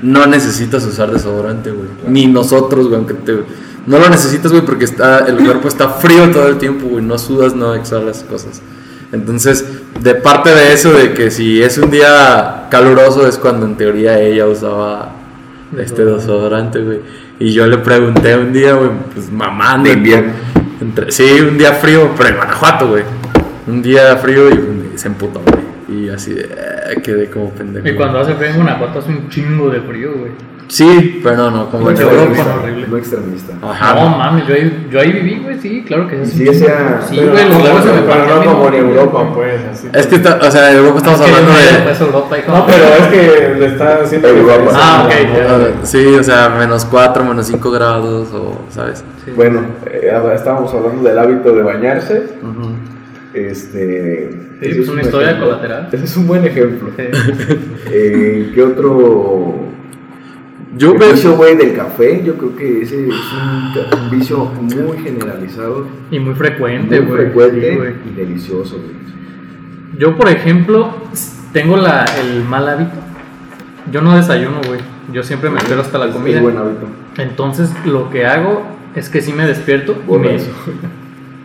Speaker 3: No necesitas usar desodorante, güey. Ni nosotros, güey, aunque te... No lo necesitas, güey, porque está, el cuerpo está frío todo el tiempo, güey. No sudas, no exhalas cosas. Entonces, de parte de eso, de que si es un día caluroso es cuando en teoría ella usaba este desodorante, güey. Y yo le pregunté un día, güey, pues mamando.
Speaker 1: De invierno.
Speaker 3: Entre- sí, un día frío, pero en Guanajuato, güey. Un día frío y güey, se emputó, güey. Y así de, eh, quedé como pendejo.
Speaker 4: Y cuando
Speaker 3: güey.
Speaker 4: hace frío en Guanajuato hace un chingo de frío, güey.
Speaker 3: Sí, pero no, no, como en
Speaker 4: Mucho
Speaker 3: Europa.
Speaker 4: frío. horrible.
Speaker 1: No extremista.
Speaker 3: Ajá.
Speaker 4: no, mames, yo ahí, yo ahí viví, güey, sí, claro que sí.
Speaker 1: Sí, sea-
Speaker 4: Sí,
Speaker 2: Pero
Speaker 4: güey, los
Speaker 2: no,
Speaker 4: huevos se me
Speaker 2: pero
Speaker 4: partían,
Speaker 2: no como en
Speaker 4: güey.
Speaker 2: Europa, pues. Así.
Speaker 3: Es que, está- o sea, en Europa estamos
Speaker 4: Es que
Speaker 3: hablando
Speaker 4: yo
Speaker 3: de...
Speaker 4: no fui a Europa, hijo.
Speaker 2: No, pero es que le está haciendo.
Speaker 1: Europa.
Speaker 4: Ah, ok, ya.
Speaker 3: Ah, Sí, o sea, menos 4, menos 5 grados, o, ¿sabes?
Speaker 4: Sí.
Speaker 1: Bueno, eh, ahora estábamos hablando del hábito de bañarse. Este.
Speaker 4: Sí,
Speaker 1: ese
Speaker 4: pues una
Speaker 1: un
Speaker 4: historia
Speaker 1: ejemplo.
Speaker 4: colateral.
Speaker 1: Ese es un buen ejemplo.
Speaker 4: Sí.
Speaker 1: Eh, ¿Qué otro
Speaker 3: Yo
Speaker 1: el
Speaker 3: veo...
Speaker 1: vicio, güey, del café? Yo creo que ese es un, ca- un vicio muy generalizado,
Speaker 4: Y muy frecuente,
Speaker 1: muy
Speaker 4: güey.
Speaker 1: frecuente
Speaker 4: Sí, güey.
Speaker 1: y delicioso, güey.
Speaker 4: Yo, por ejemplo, tengo la, el mal hábito. Yo no desayuno, güey. Yo siempre me espero hasta la
Speaker 1: Es-
Speaker 4: comida.
Speaker 1: Es buen hábito.
Speaker 4: Entonces, lo que hago es que sí me despierto y me,
Speaker 1: Borracho.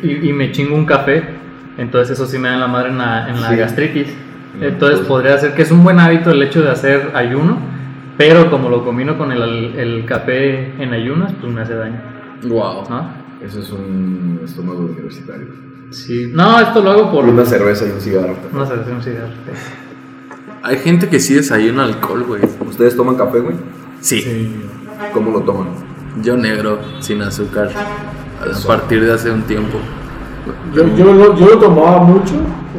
Speaker 4: y, y me chingo un café. Entonces, eso sí me da la madre en la, en la
Speaker 1: Sí.
Speaker 4: gastritis.
Speaker 1: Mm,
Speaker 4: Entonces,
Speaker 1: pues.
Speaker 4: podría ser que es un buen hábito el hecho de hacer ayuno. Pero como lo combino con el, el café en ayunas, pues me hace daño,
Speaker 3: Wow.
Speaker 4: ¿no?
Speaker 1: Eso es un estómago universitario.
Speaker 4: Sí. No, esto lo hago por...
Speaker 1: Por una cerveza y un cigarro.
Speaker 4: No sé, hacer un cigarro.
Speaker 3: Hay gente que sí desayuna alcohol, güey.
Speaker 1: ¿Ustedes toman café, güey?
Speaker 3: Sí.
Speaker 2: Sí.
Speaker 1: ¿Cómo lo toman?
Speaker 3: Yo negro, sin azúcar. A partir de hace un tiempo.
Speaker 2: Yo, yo, lo, yo lo tomaba mucho,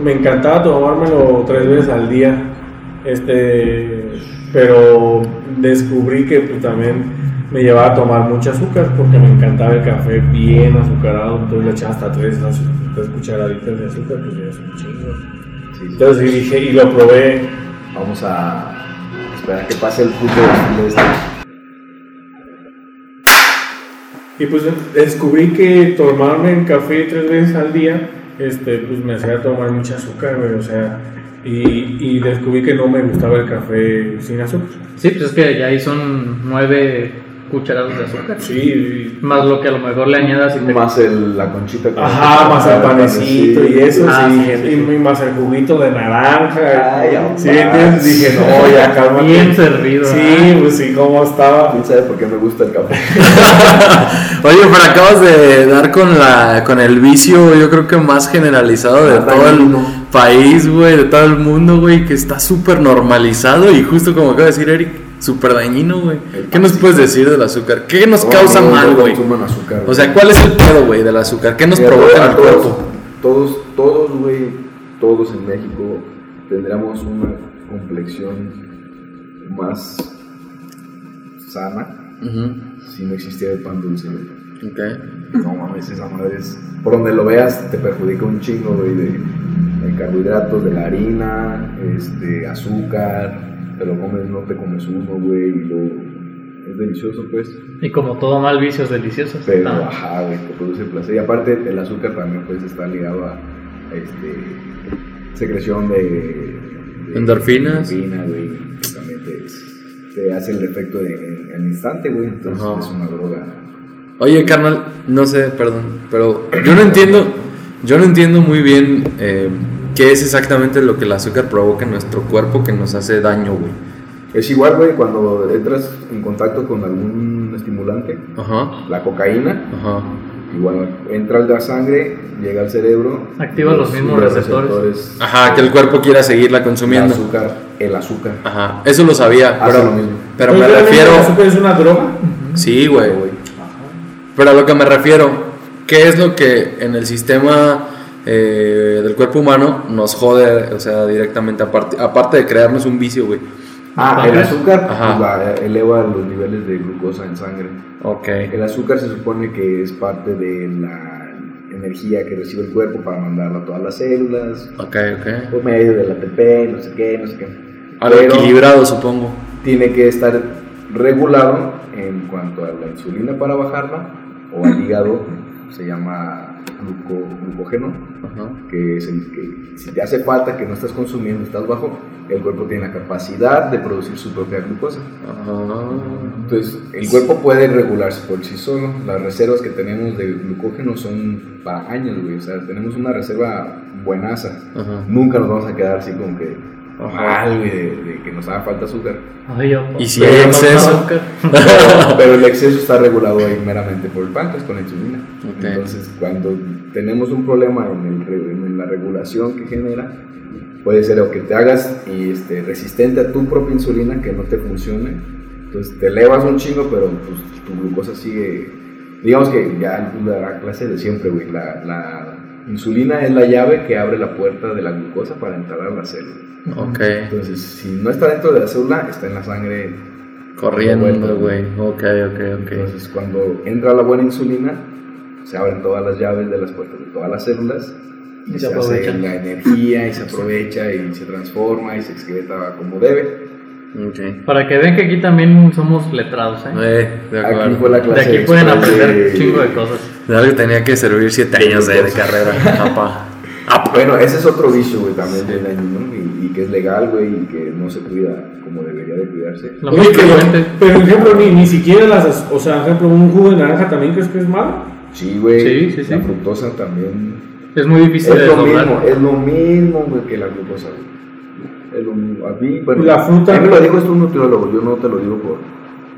Speaker 2: me encantaba tomármelo tres veces al día, este, pero descubrí que pues, también me llevaba a tomar mucho azúcar porque me encantaba el café bien azucarado, entonces le echaba hasta tres, azu- tres cucharaditas de azúcar, pues ya es un chingo.
Speaker 1: Sí, sí.
Speaker 2: Entonces sí dije, y lo probé,
Speaker 1: Vamos a esperar que pase el fútbol. de este.
Speaker 2: y pues descubrí que tomarme el café tres veces al día, este, pues me hacía tomar mucha azúcar, güey, o sea, y, y descubrí que no me gustaba el café sin azúcar.
Speaker 4: Sí, pues es que ya ahí son nueve cucharadas de azúcar.
Speaker 2: Sí,
Speaker 4: Más lo que a lo mejor le añadas y te...
Speaker 1: Más el, la conchita. con-
Speaker 2: ajá, más el panecito y eso,
Speaker 4: Ah,
Speaker 2: sí,
Speaker 4: sí, sí,
Speaker 2: y más el juguito de naranja.
Speaker 1: Ay, amor.
Speaker 2: sí, entonces dije, no, ya cálmate.
Speaker 4: Bien servido,
Speaker 2: Sí,
Speaker 4: ¿verdad?
Speaker 2: pues sí, cómo estaba.
Speaker 1: Ah, ¿Quién sabe por qué me gusta el café?
Speaker 3: Oye, pero acabas de dar con la con el vicio, yo creo que más generalizado de
Speaker 1: Más
Speaker 3: todo el
Speaker 1: dañino.
Speaker 3: país, güey, de todo el mundo, güey, que está súper normalizado y justo como acaba de decir Eric, súper dañino, güey.
Speaker 1: El Oh,
Speaker 3: ¿Qué nos
Speaker 1: pancito.
Speaker 3: puedes decir del azúcar? ¿Qué nos causa
Speaker 1: No, no,
Speaker 3: mal,
Speaker 1: no
Speaker 3: güey?
Speaker 1: consuman azúcar,
Speaker 3: O sea,
Speaker 1: güey.
Speaker 3: ¿cuál es el pedo, güey, del azúcar? ¿Qué nos
Speaker 1: Mira,
Speaker 3: provoca en
Speaker 1: a
Speaker 3: el
Speaker 1: todos-
Speaker 3: cuerpo?
Speaker 1: Todos, todos, güey, todos en México tendremos una complexión más sana
Speaker 3: Ujú,
Speaker 1: si no existiera el pan dulce, güey.
Speaker 3: ok.
Speaker 1: No mames, esa madre es. Por donde lo veas, te perjudica un chingo, güey, de, de carbohidratos, de la harina, este, azúcar. Te lo comes, no te comes uno, güey, y luego. Es delicioso, pues.
Speaker 4: Y como todo mal, vicios deliciosos.
Speaker 1: Pero,
Speaker 4: Ah.
Speaker 1: ajá, güey, te produce placer. Y aparte, el azúcar también, pues, está ligado a. Este, secreción de. de-
Speaker 3: Endorfinas.
Speaker 1: Endorfina, güey, que también te, te hace el efecto de, en, en instante, güey. Entonces,
Speaker 3: Ajá.
Speaker 1: es una droga.
Speaker 3: Oye, carnal, no sé, perdón, pero yo no entiendo, yo no entiendo muy bien eh, qué es exactamente lo que el azúcar provoca en nuestro cuerpo que nos hace daño, güey.
Speaker 1: Es igual, güey, cuando entras en contacto con algún estimulante,
Speaker 3: Ajá,
Speaker 1: la cocaína,
Speaker 3: ajá.
Speaker 1: igual entra a la sangre, llega al cerebro.
Speaker 4: Activa los mismos receptores.
Speaker 3: Ajá, que el cuerpo quiera seguirla
Speaker 1: El
Speaker 3: consumiendo.
Speaker 1: azúcar, el azúcar.
Speaker 3: Ajá, eso lo sabía,
Speaker 1: Hace lo
Speaker 3: pero,
Speaker 1: mismo.
Speaker 3: pero me
Speaker 2: Entonces,
Speaker 3: refiero...
Speaker 2: ¿El azúcar es una droga?
Speaker 3: Sí, güey. Pero a lo que me refiero, ¿qué es lo que en el sistema eh, del cuerpo humano nos jode, o sea, directamente, aparte, aparte de crearnos un vicio, güey?
Speaker 1: Ah, el azúcar pues,
Speaker 3: Ajá.
Speaker 1: la- eleva los niveles de glucosa en sangre.
Speaker 3: Ok.
Speaker 1: El azúcar se supone que es parte de la energía que recibe el cuerpo para mandarla a todas las células,
Speaker 3: Ok, ok.
Speaker 1: por medio del ATP, no sé qué, no sé qué.
Speaker 3: Algo
Speaker 1: Pero-
Speaker 3: equilibrado, supongo.
Speaker 1: tiene que estar regulado en cuanto a la insulina para bajarla o al hígado, se llama gluco- glucógeno,
Speaker 3: Ajá.
Speaker 1: que, es el que si te hace falta, que no estás consumiendo, estás bajo, el cuerpo tiene la capacidad de producir su propia glucosa.
Speaker 3: Ajá.
Speaker 1: Entonces, el cuerpo puede regularse por sí solo. Las reservas que tenemos de glucógeno son para años, güey. O sea, tenemos una reserva buenaza.
Speaker 3: Ajá.
Speaker 1: Nunca nos vamos a quedar así como que mal, güey, de, de que nos haga falta azúcar.
Speaker 4: Ay, yo-
Speaker 3: Y si
Speaker 4: Pero
Speaker 3: hay
Speaker 4: no
Speaker 3: exceso.
Speaker 4: azúcar.
Speaker 1: Pero, pero el exceso está regulado ahí meramente por el páncreas con la insulina.
Speaker 3: Ok.
Speaker 1: Entonces, cuando tenemos un problema en, el re- en la regulación que genera, puede ser o que te hagas y, este, resistente a tu propia insulina que no te funcione. Entonces, te elevas un chingo, pero pues, tu glucosa sigue. Digamos que ya la clase de siempre, güey. La, la insulina es la llave que abre la puerta de la glucosa para entrar a la célula.
Speaker 3: Ok.
Speaker 1: Entonces, si no está dentro de la célula, está en la sangre
Speaker 3: Corriendo, güey. Ok, ok, ok.
Speaker 1: entonces, cuando entra la buena insulina, se abren todas las llaves de las puertas de todas las células y,
Speaker 4: Y
Speaker 1: se,
Speaker 4: se
Speaker 1: hace
Speaker 4: aprovechan.
Speaker 1: la energía y se aprovecha y se transforma y se excreta como debe.
Speaker 3: Ok.
Speaker 4: Para que vean que aquí también somos letrados, ¿eh?
Speaker 3: Eh, de
Speaker 1: Aquí fue
Speaker 3: acuerdo.
Speaker 1: la
Speaker 4: De
Speaker 1: clase
Speaker 4: aquí pueden
Speaker 1: express
Speaker 4: aprender
Speaker 1: de-
Speaker 4: un chingo de cosas.
Speaker 3: De algo tenía que servir siete años de, de carrera. Apa. Apa.
Speaker 1: Bueno, ese es otro vicio, güey, también bien dañino, ¿no? y, y que es legal, güey, y que no se cuida como debería de cuidarse.
Speaker 4: Lo más
Speaker 2: Oye, que-
Speaker 4: frecuente.
Speaker 2: pero, por ejemplo, ni, ni siquiera las. as- O sea, por ejemplo, un jugo de naranja también crees que es malo.
Speaker 1: Sí, güey,
Speaker 4: Sí, sí, sí.
Speaker 1: la fructosa también.
Speaker 4: Es muy
Speaker 1: Es
Speaker 4: difícil de
Speaker 1: lo
Speaker 4: doblar.
Speaker 1: mismo, es lo mismo, güey, que la glucosa, güey. Es lo mismo. A mí, bueno,
Speaker 2: La fruta-
Speaker 1: a mí me lo dijo esto un nutriólogo, yo no te lo digo por,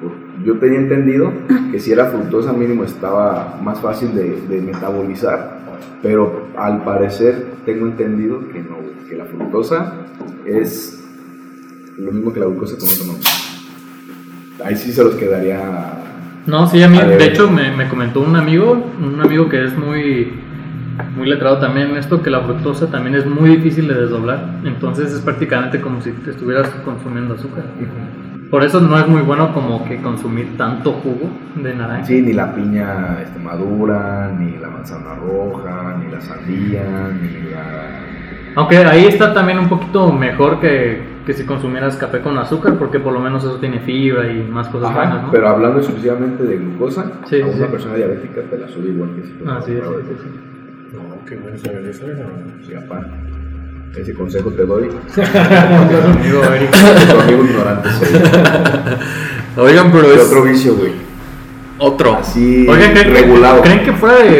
Speaker 1: por- Yo tenía entendido que si era fructosa mínimo estaba más fácil de, de metabolizar, pero al parecer tengo entendido que no, güey, que la fructosa es lo mismo que la glucosa con otro nombre. Ahí sí se los quedaría
Speaker 4: No, sí, a mí,
Speaker 1: A ver.
Speaker 4: de hecho, me, me comentó un amigo, un amigo que es muy, muy letrado también en esto, que la fructosa también es muy difícil de desdoblar. Entonces es prácticamente como si te estuvieras consumiendo azúcar. Por eso no es muy bueno como que consumir tanto jugo de naranja.
Speaker 1: Sí, ni la piña este, madura, ni la manzana roja, ni la sandía, ni la...
Speaker 4: Aunque ahí está también un poquito mejor que, que si consumieras café con azúcar, porque por lo menos eso tiene fibra y más cosas
Speaker 1: Ajá,
Speaker 4: buenas, ¿no?
Speaker 1: Pero hablando exclusivamente de glucosa,
Speaker 4: Sí,
Speaker 1: a
Speaker 4: sí,
Speaker 1: una
Speaker 4: sí.
Speaker 1: persona diabética te la sube igual que si fuera
Speaker 4: Así
Speaker 1: una
Speaker 4: es,
Speaker 1: prueba de
Speaker 4: sí, sí,
Speaker 1: glucosa.
Speaker 2: No, qué bueno saber eso.
Speaker 1: Sí, apá. Ese consejo te doy.
Speaker 4: Amigo Eric.
Speaker 1: Tu amigo ignorante soy.
Speaker 3: Oigan, pero
Speaker 1: ¿Qué
Speaker 3: es
Speaker 1: otro vicio, güey?
Speaker 3: otro.
Speaker 1: Así
Speaker 4: Oigan, ¿creen, que-
Speaker 1: regulado.
Speaker 4: ¿creen que fuera de...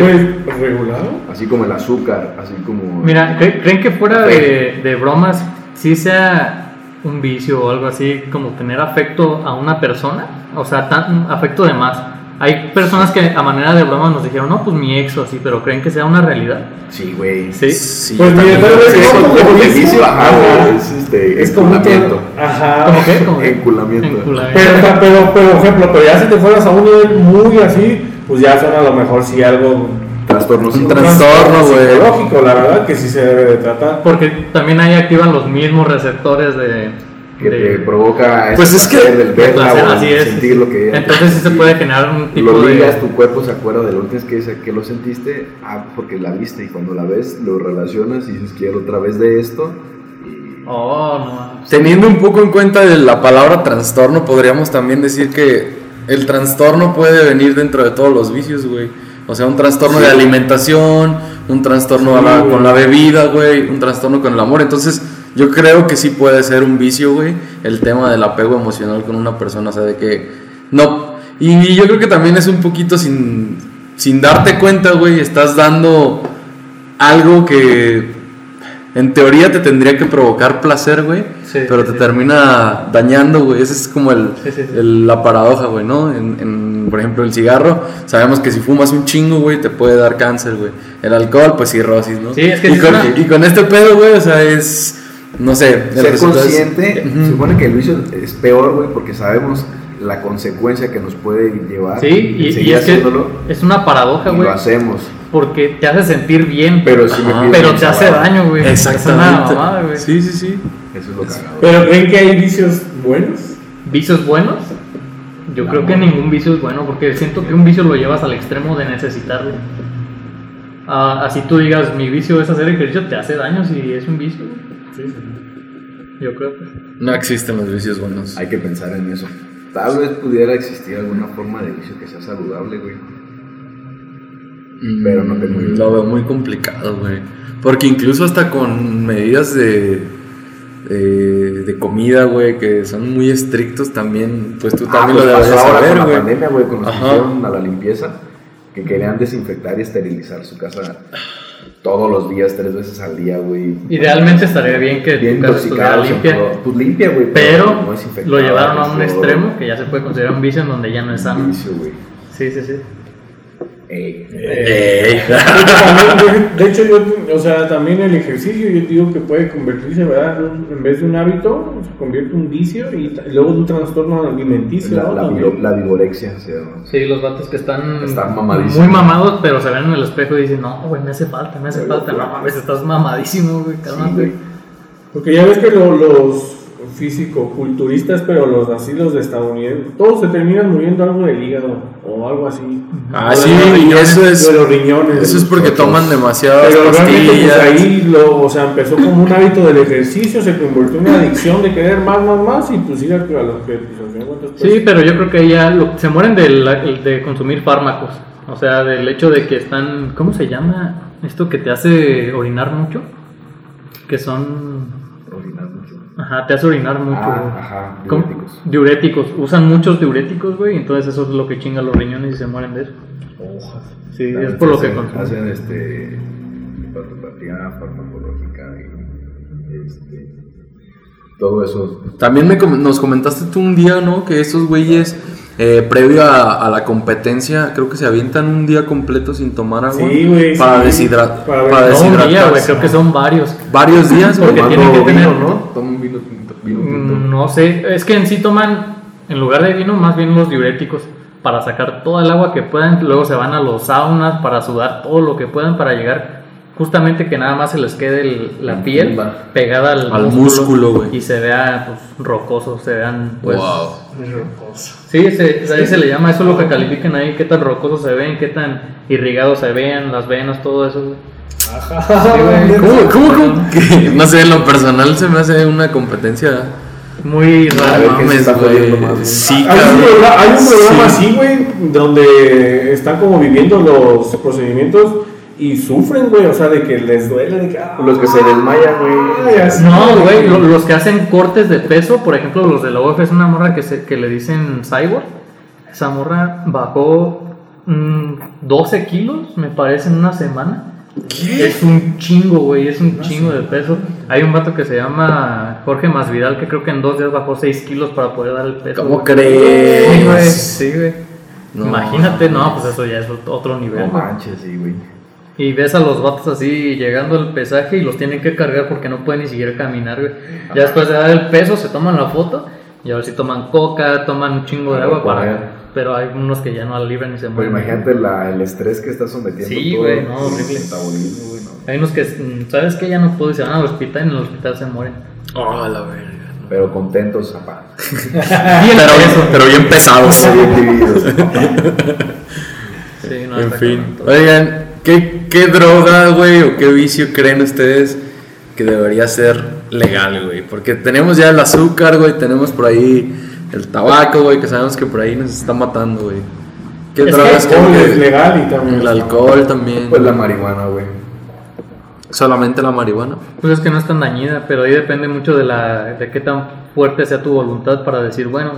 Speaker 2: Pues, regulado.
Speaker 1: Así como el azúcar, así como...
Speaker 4: Mira, ¿cre- ¿creen que fuera de, de bromas sí sea un vicio o algo así como tener afecto a una persona? O sea, tan, afecto de más. Hay personas que a manera de broma nos dijeron, no, pues mi ex o así, pero ¿creen que sea una realidad?
Speaker 1: Sí, güey.
Speaker 4: Sí.
Speaker 3: Sí,
Speaker 2: Pues
Speaker 3: yo
Speaker 2: mira,
Speaker 3: también
Speaker 2: tal
Speaker 3: creo
Speaker 2: vez
Speaker 3: que
Speaker 1: Es
Speaker 2: no
Speaker 3: eso-
Speaker 1: como
Speaker 2: como
Speaker 1: el
Speaker 2: vicio.
Speaker 1: vicio, ajá,
Speaker 2: Ajá.
Speaker 1: güey, Es este...
Speaker 2: Es como un
Speaker 1: enculamiento.
Speaker 2: tema- Ajá.
Speaker 4: ¿Cómo qué? ¿Cómo qué?
Speaker 1: Enculamiento.
Speaker 4: Enculamiento.
Speaker 2: Pero, pero, pero, por ejemplo, pero ya si te fueras a un nivel muy así, pues ya son a lo mejor si algo.
Speaker 1: Trastornos
Speaker 3: Un trastorno, güey.
Speaker 2: Psicológico, la verdad que sí se debe de tratar.
Speaker 4: Porque también ahí activan los mismos receptores de...
Speaker 1: que
Speaker 4: de-
Speaker 1: te provoca
Speaker 3: Pues es
Speaker 1: placer
Speaker 3: que-
Speaker 1: del
Speaker 4: de
Speaker 1: verla
Speaker 4: placer,
Speaker 1: o
Speaker 4: así es.
Speaker 1: sentir lo que
Speaker 4: Entonces sí se puede generar un tipo
Speaker 1: lo ligas,
Speaker 4: de...
Speaker 1: tu cuerpo se acuerda de lo último que, es- que lo sentiste, ah, porque la viste y cuando la ves lo relacionas y dices quiero otra vez de esto. y-
Speaker 4: Oh, no.
Speaker 3: Teniendo un poco en cuenta de la palabra trastorno, podríamos también decir que el trastorno puede venir dentro de todos los vicios, güey. O sea, un trastorno de alimentación, un trastorno a la-
Speaker 2: Sí, güey.
Speaker 3: con la bebida, güey, un trastorno con el amor. Entonces, yo creo que sí puede ser un vicio, güey, el tema del apego emocional con una persona, o sea, de que no. Y, y yo creo que también es un poquito sin, sin darte cuenta, güey, estás dando algo que en teoría te tendría que provocar placer, güey,
Speaker 4: Sí,
Speaker 3: pero
Speaker 4: sí,
Speaker 3: te
Speaker 4: sí.
Speaker 3: termina dañando, güey. Esa es como el,
Speaker 4: Sí, sí, sí.
Speaker 3: el- la paradoja, güey, ¿no? En, en, por ejemplo, el cigarro, sabemos que si fumas un chingo, güey, te puede dar cáncer, güey. El alcohol, pues cirrosis, ¿no?
Speaker 4: Sí, es que
Speaker 3: y,
Speaker 4: es
Speaker 3: con,
Speaker 4: una-
Speaker 3: y con este pedo, güey, o sea, es, no sé, el
Speaker 1: Ser
Speaker 3: resultado es-
Speaker 1: consciente,
Speaker 3: Ujú.
Speaker 1: se supone que el vicio es peor, güey, porque sabemos la consecuencia que nos puede llevar.
Speaker 4: Sí, y,
Speaker 1: seguir
Speaker 4: y es que
Speaker 1: Ah, haciéndolo
Speaker 4: es una paradoja,
Speaker 1: y
Speaker 4: güey,
Speaker 1: lo hacemos.
Speaker 4: porque te hace sentir bien,
Speaker 1: Pero sí me
Speaker 3: Ajá.
Speaker 1: pido
Speaker 4: Pero
Speaker 1: mucho,
Speaker 4: te hace
Speaker 1: güey.
Speaker 4: daño, güey. Es
Speaker 3: Exactamente.
Speaker 4: una mamada, güey.
Speaker 3: sí, sí, sí.
Speaker 1: Eso es lo cagado.
Speaker 2: Pero creen que hay vicios buenos.
Speaker 4: ¿Vicios buenos? Yo
Speaker 1: No.
Speaker 4: creo que ningún vicio es bueno, porque siento que un vicio lo llevas al extremo de necesitarlo. Ah, así tú digas, mi vicio es hacer ejercicio, te hace daño si es un vicio. Yo creo.
Speaker 3: No existen los vicios buenos.
Speaker 1: Hay que pensar en eso. Tal vez pudiera existir alguna forma de vicio que sea saludable, güey. pero no tengo idea.
Speaker 3: Mm, Lo veo muy complicado, güey. Porque incluso hasta con medidas de, de, de comida, güey, que son muy estrictos también, pues tú
Speaker 1: Ah,
Speaker 3: también
Speaker 1: pues
Speaker 3: lo debes
Speaker 1: pasó ahora
Speaker 3: saber,
Speaker 1: con la
Speaker 3: güey.
Speaker 1: pandemia, güey, cuando se
Speaker 3: Ajá.
Speaker 1: pusieron a la limpieza, que querían desinfectar y esterilizar su casa todos los días, tres veces al día, güey.
Speaker 4: Idealmente estaría bien que
Speaker 1: Bien
Speaker 4: tu casa estuviera
Speaker 1: intoxicados,
Speaker 4: limpia,
Speaker 1: todo. pues limpia, güey.
Speaker 4: pero
Speaker 1: no desinfectada,
Speaker 4: lo llevaron a
Speaker 1: pues,
Speaker 4: un
Speaker 1: todo
Speaker 4: extremo que ya se puede considerar un vicio en donde ya no es sano.
Speaker 1: vicio, güey. Eh,
Speaker 4: Sí, sí, sí.
Speaker 1: Ey,
Speaker 3: Ey.
Speaker 2: También, de hecho, yo, o sea, también el ejercicio, yo digo que puede convertirse, ¿verdad? En vez de un hábito, se convierte en un vicio y ta- luego un trastorno alimenticio.
Speaker 1: La,
Speaker 2: ¿no?
Speaker 1: la,
Speaker 2: También.
Speaker 1: viro- la vigorexia se llama.
Speaker 4: Sí, los vatos que están,
Speaker 1: Están mamadísimos.
Speaker 4: muy mamados, pero se ven en el espejo y dicen, no, güey, me hace falta, me hace falta, no mames, estás mamadísimo, güey,
Speaker 1: Sí,
Speaker 4: cálmate.
Speaker 1: güey.
Speaker 2: Porque ya ves que lo- los físico-culturistas, pero los así, los estadounidenses, todos se terminan muriendo algo del hígado o algo así.
Speaker 3: Ah,
Speaker 2: Lo
Speaker 3: sí,
Speaker 2: de los
Speaker 3: y
Speaker 2: riñones,
Speaker 3: eso es-
Speaker 2: lo de los riñones.
Speaker 3: Eso es porque
Speaker 2: Otros.
Speaker 3: toman demasiadas
Speaker 2: Pero realmente pues
Speaker 3: pastillas.
Speaker 2: ahí lo, o sea, empezó como un hábito del ejercicio, se convirtió en una adicción de querer más, más, más y pues ir a, a los que pues, al final de cuentas, pues,
Speaker 4: Sí, pero yo creo que ya lo- se mueren de, la- de consumir fármacos. O sea, del hecho de que están. ¿Cómo se llama esto que te hace orinar mucho? Que son.
Speaker 1: Orinar mucho.
Speaker 4: Ajá, te hace orinar mucho.
Speaker 1: Ah,
Speaker 4: güey.
Speaker 1: ajá,
Speaker 4: ¿Cómo?
Speaker 1: diuréticos.
Speaker 4: Diuréticos. Usan muchos diuréticos, güey. Entonces eso es lo que chinga los riñones y se mueren de eso. Sí, es por lo que
Speaker 1: Hacen-
Speaker 4: consumen.
Speaker 1: Hacen este. Patología farmacológica y. Este, todo eso.
Speaker 3: También me com- nos comentaste tú un día, ¿no? Que estos güeyes, eh, previo a, a la competencia, creo que se avientan un día completo sin tomar agua.
Speaker 2: Sí, güey,
Speaker 3: Para,
Speaker 2: sí.
Speaker 3: deshidra-
Speaker 2: Para ver-
Speaker 3: para
Speaker 2: No,
Speaker 4: No un día, güey.
Speaker 3: deshidratarse.
Speaker 4: Creo que son varios.
Speaker 3: Varios días, güey.
Speaker 4: Porque tienen que tener-
Speaker 1: ¿no? Toma un vino tinto. Vino tinto.
Speaker 4: Mm, No sé, es que en sí toman, en lugar de vino, más bien los diuréticos para sacar toda el agua que puedan. Luego se van a los saunas para sudar todo lo que puedan para llegar justamente que nada más se les quede el- la
Speaker 1: La
Speaker 4: piel
Speaker 1: tumba.
Speaker 4: pegada al,
Speaker 3: Al músculo, güey.
Speaker 4: y se vea pues, rocoso, se vean pues.
Speaker 3: Wow.
Speaker 4: Sí, se, ahí se le llama eso lo que califican ahí, qué tan rocoso se ven, qué tan irrigado se vean, las venas, todo eso. Sí, güey.
Speaker 3: ¿Cómo, cómo, cómo? que- no sé, en lo personal se me hace una competencia.
Speaker 4: Muy
Speaker 3: No
Speaker 1: ver,
Speaker 4: raro.
Speaker 1: ¿qué se está jodiendo más, güey?
Speaker 3: Sí,
Speaker 2: Hay un,
Speaker 3: cabrón.
Speaker 2: programa, hay un programa
Speaker 3: Sí.
Speaker 2: así, güey, donde están como viviendo los procedimientos y sufren, güey, o sea, de que les duele, de que... ah,
Speaker 1: Los que se desmayan, güey.
Speaker 2: ay, así,
Speaker 4: No, güey, lo- los que hacen cortes de peso, por ejemplo, los de la UF es una morra que, se, que le dicen cyborg. Esa morra bajó mm, 12 kilos, me parece, en una semana. Es un chingo, güey, es un chingo de peso. Hay un vato que se llama Jorge Masvidal que creo que en dos días bajó 6 kilos para poder dar el peso.
Speaker 3: ¿Cómo
Speaker 4: güey. Sí, güey,
Speaker 3: crees?
Speaker 4: sí, güey.
Speaker 3: No.
Speaker 4: Imagínate, no, pues eso ya es otro nivel.
Speaker 1: No
Speaker 4: güey.
Speaker 1: manches, sí, güey.
Speaker 4: Y ves a los vatos así llegando al pesaje y los tienen que cargar porque no pueden ni siquiera caminar, güey. Ya después de dar el peso se toman la foto y a ver si toman coca, toman un chingo de
Speaker 1: Agua
Speaker 4: agua
Speaker 1: con
Speaker 4: para...
Speaker 1: agua.
Speaker 4: Pero hay unos que ya no la libran y se
Speaker 1: Pues
Speaker 4: mueren.
Speaker 1: imagínate la, el estrés que estás sometiendo.
Speaker 4: Sí,
Speaker 1: todo
Speaker 4: güey, no,
Speaker 1: tu
Speaker 4: horrible.
Speaker 1: metabolismo, güey, no.
Speaker 4: Hay unos que, mm, ¿sabes qué? Ya no puedo y se van al hospital y en el hospital se mueren.
Speaker 3: Oh, la verga.
Speaker 1: Pero contentos, papá.
Speaker 4: Y el
Speaker 3: Pero,
Speaker 4: peso.
Speaker 3: pero bien pesados.
Speaker 1: Bien vividos, papá.
Speaker 4: Sí, no,
Speaker 3: En
Speaker 4: está
Speaker 3: fin.
Speaker 4: cabrón todo.
Speaker 3: Oigan, ¿qué, qué droga, güey, o qué vicio creen ustedes que debería ser legal, güey? Porque tenemos ya el azúcar, güey, tenemos por ahí el tabaco, güey, que sabemos que por ahí nos está matando, güey. ¿Qué
Speaker 4: Es que
Speaker 3: drogas
Speaker 2: el alcohol
Speaker 3: creen que-
Speaker 2: es legal y también...
Speaker 3: El alcohol también.
Speaker 1: Pues la marihuana, güey.
Speaker 3: Solamente la marihuana.
Speaker 4: Pues es que no es tan dañina, pero ahí depende mucho de, la, de qué tan fuerte sea tu voluntad para decir, bueno,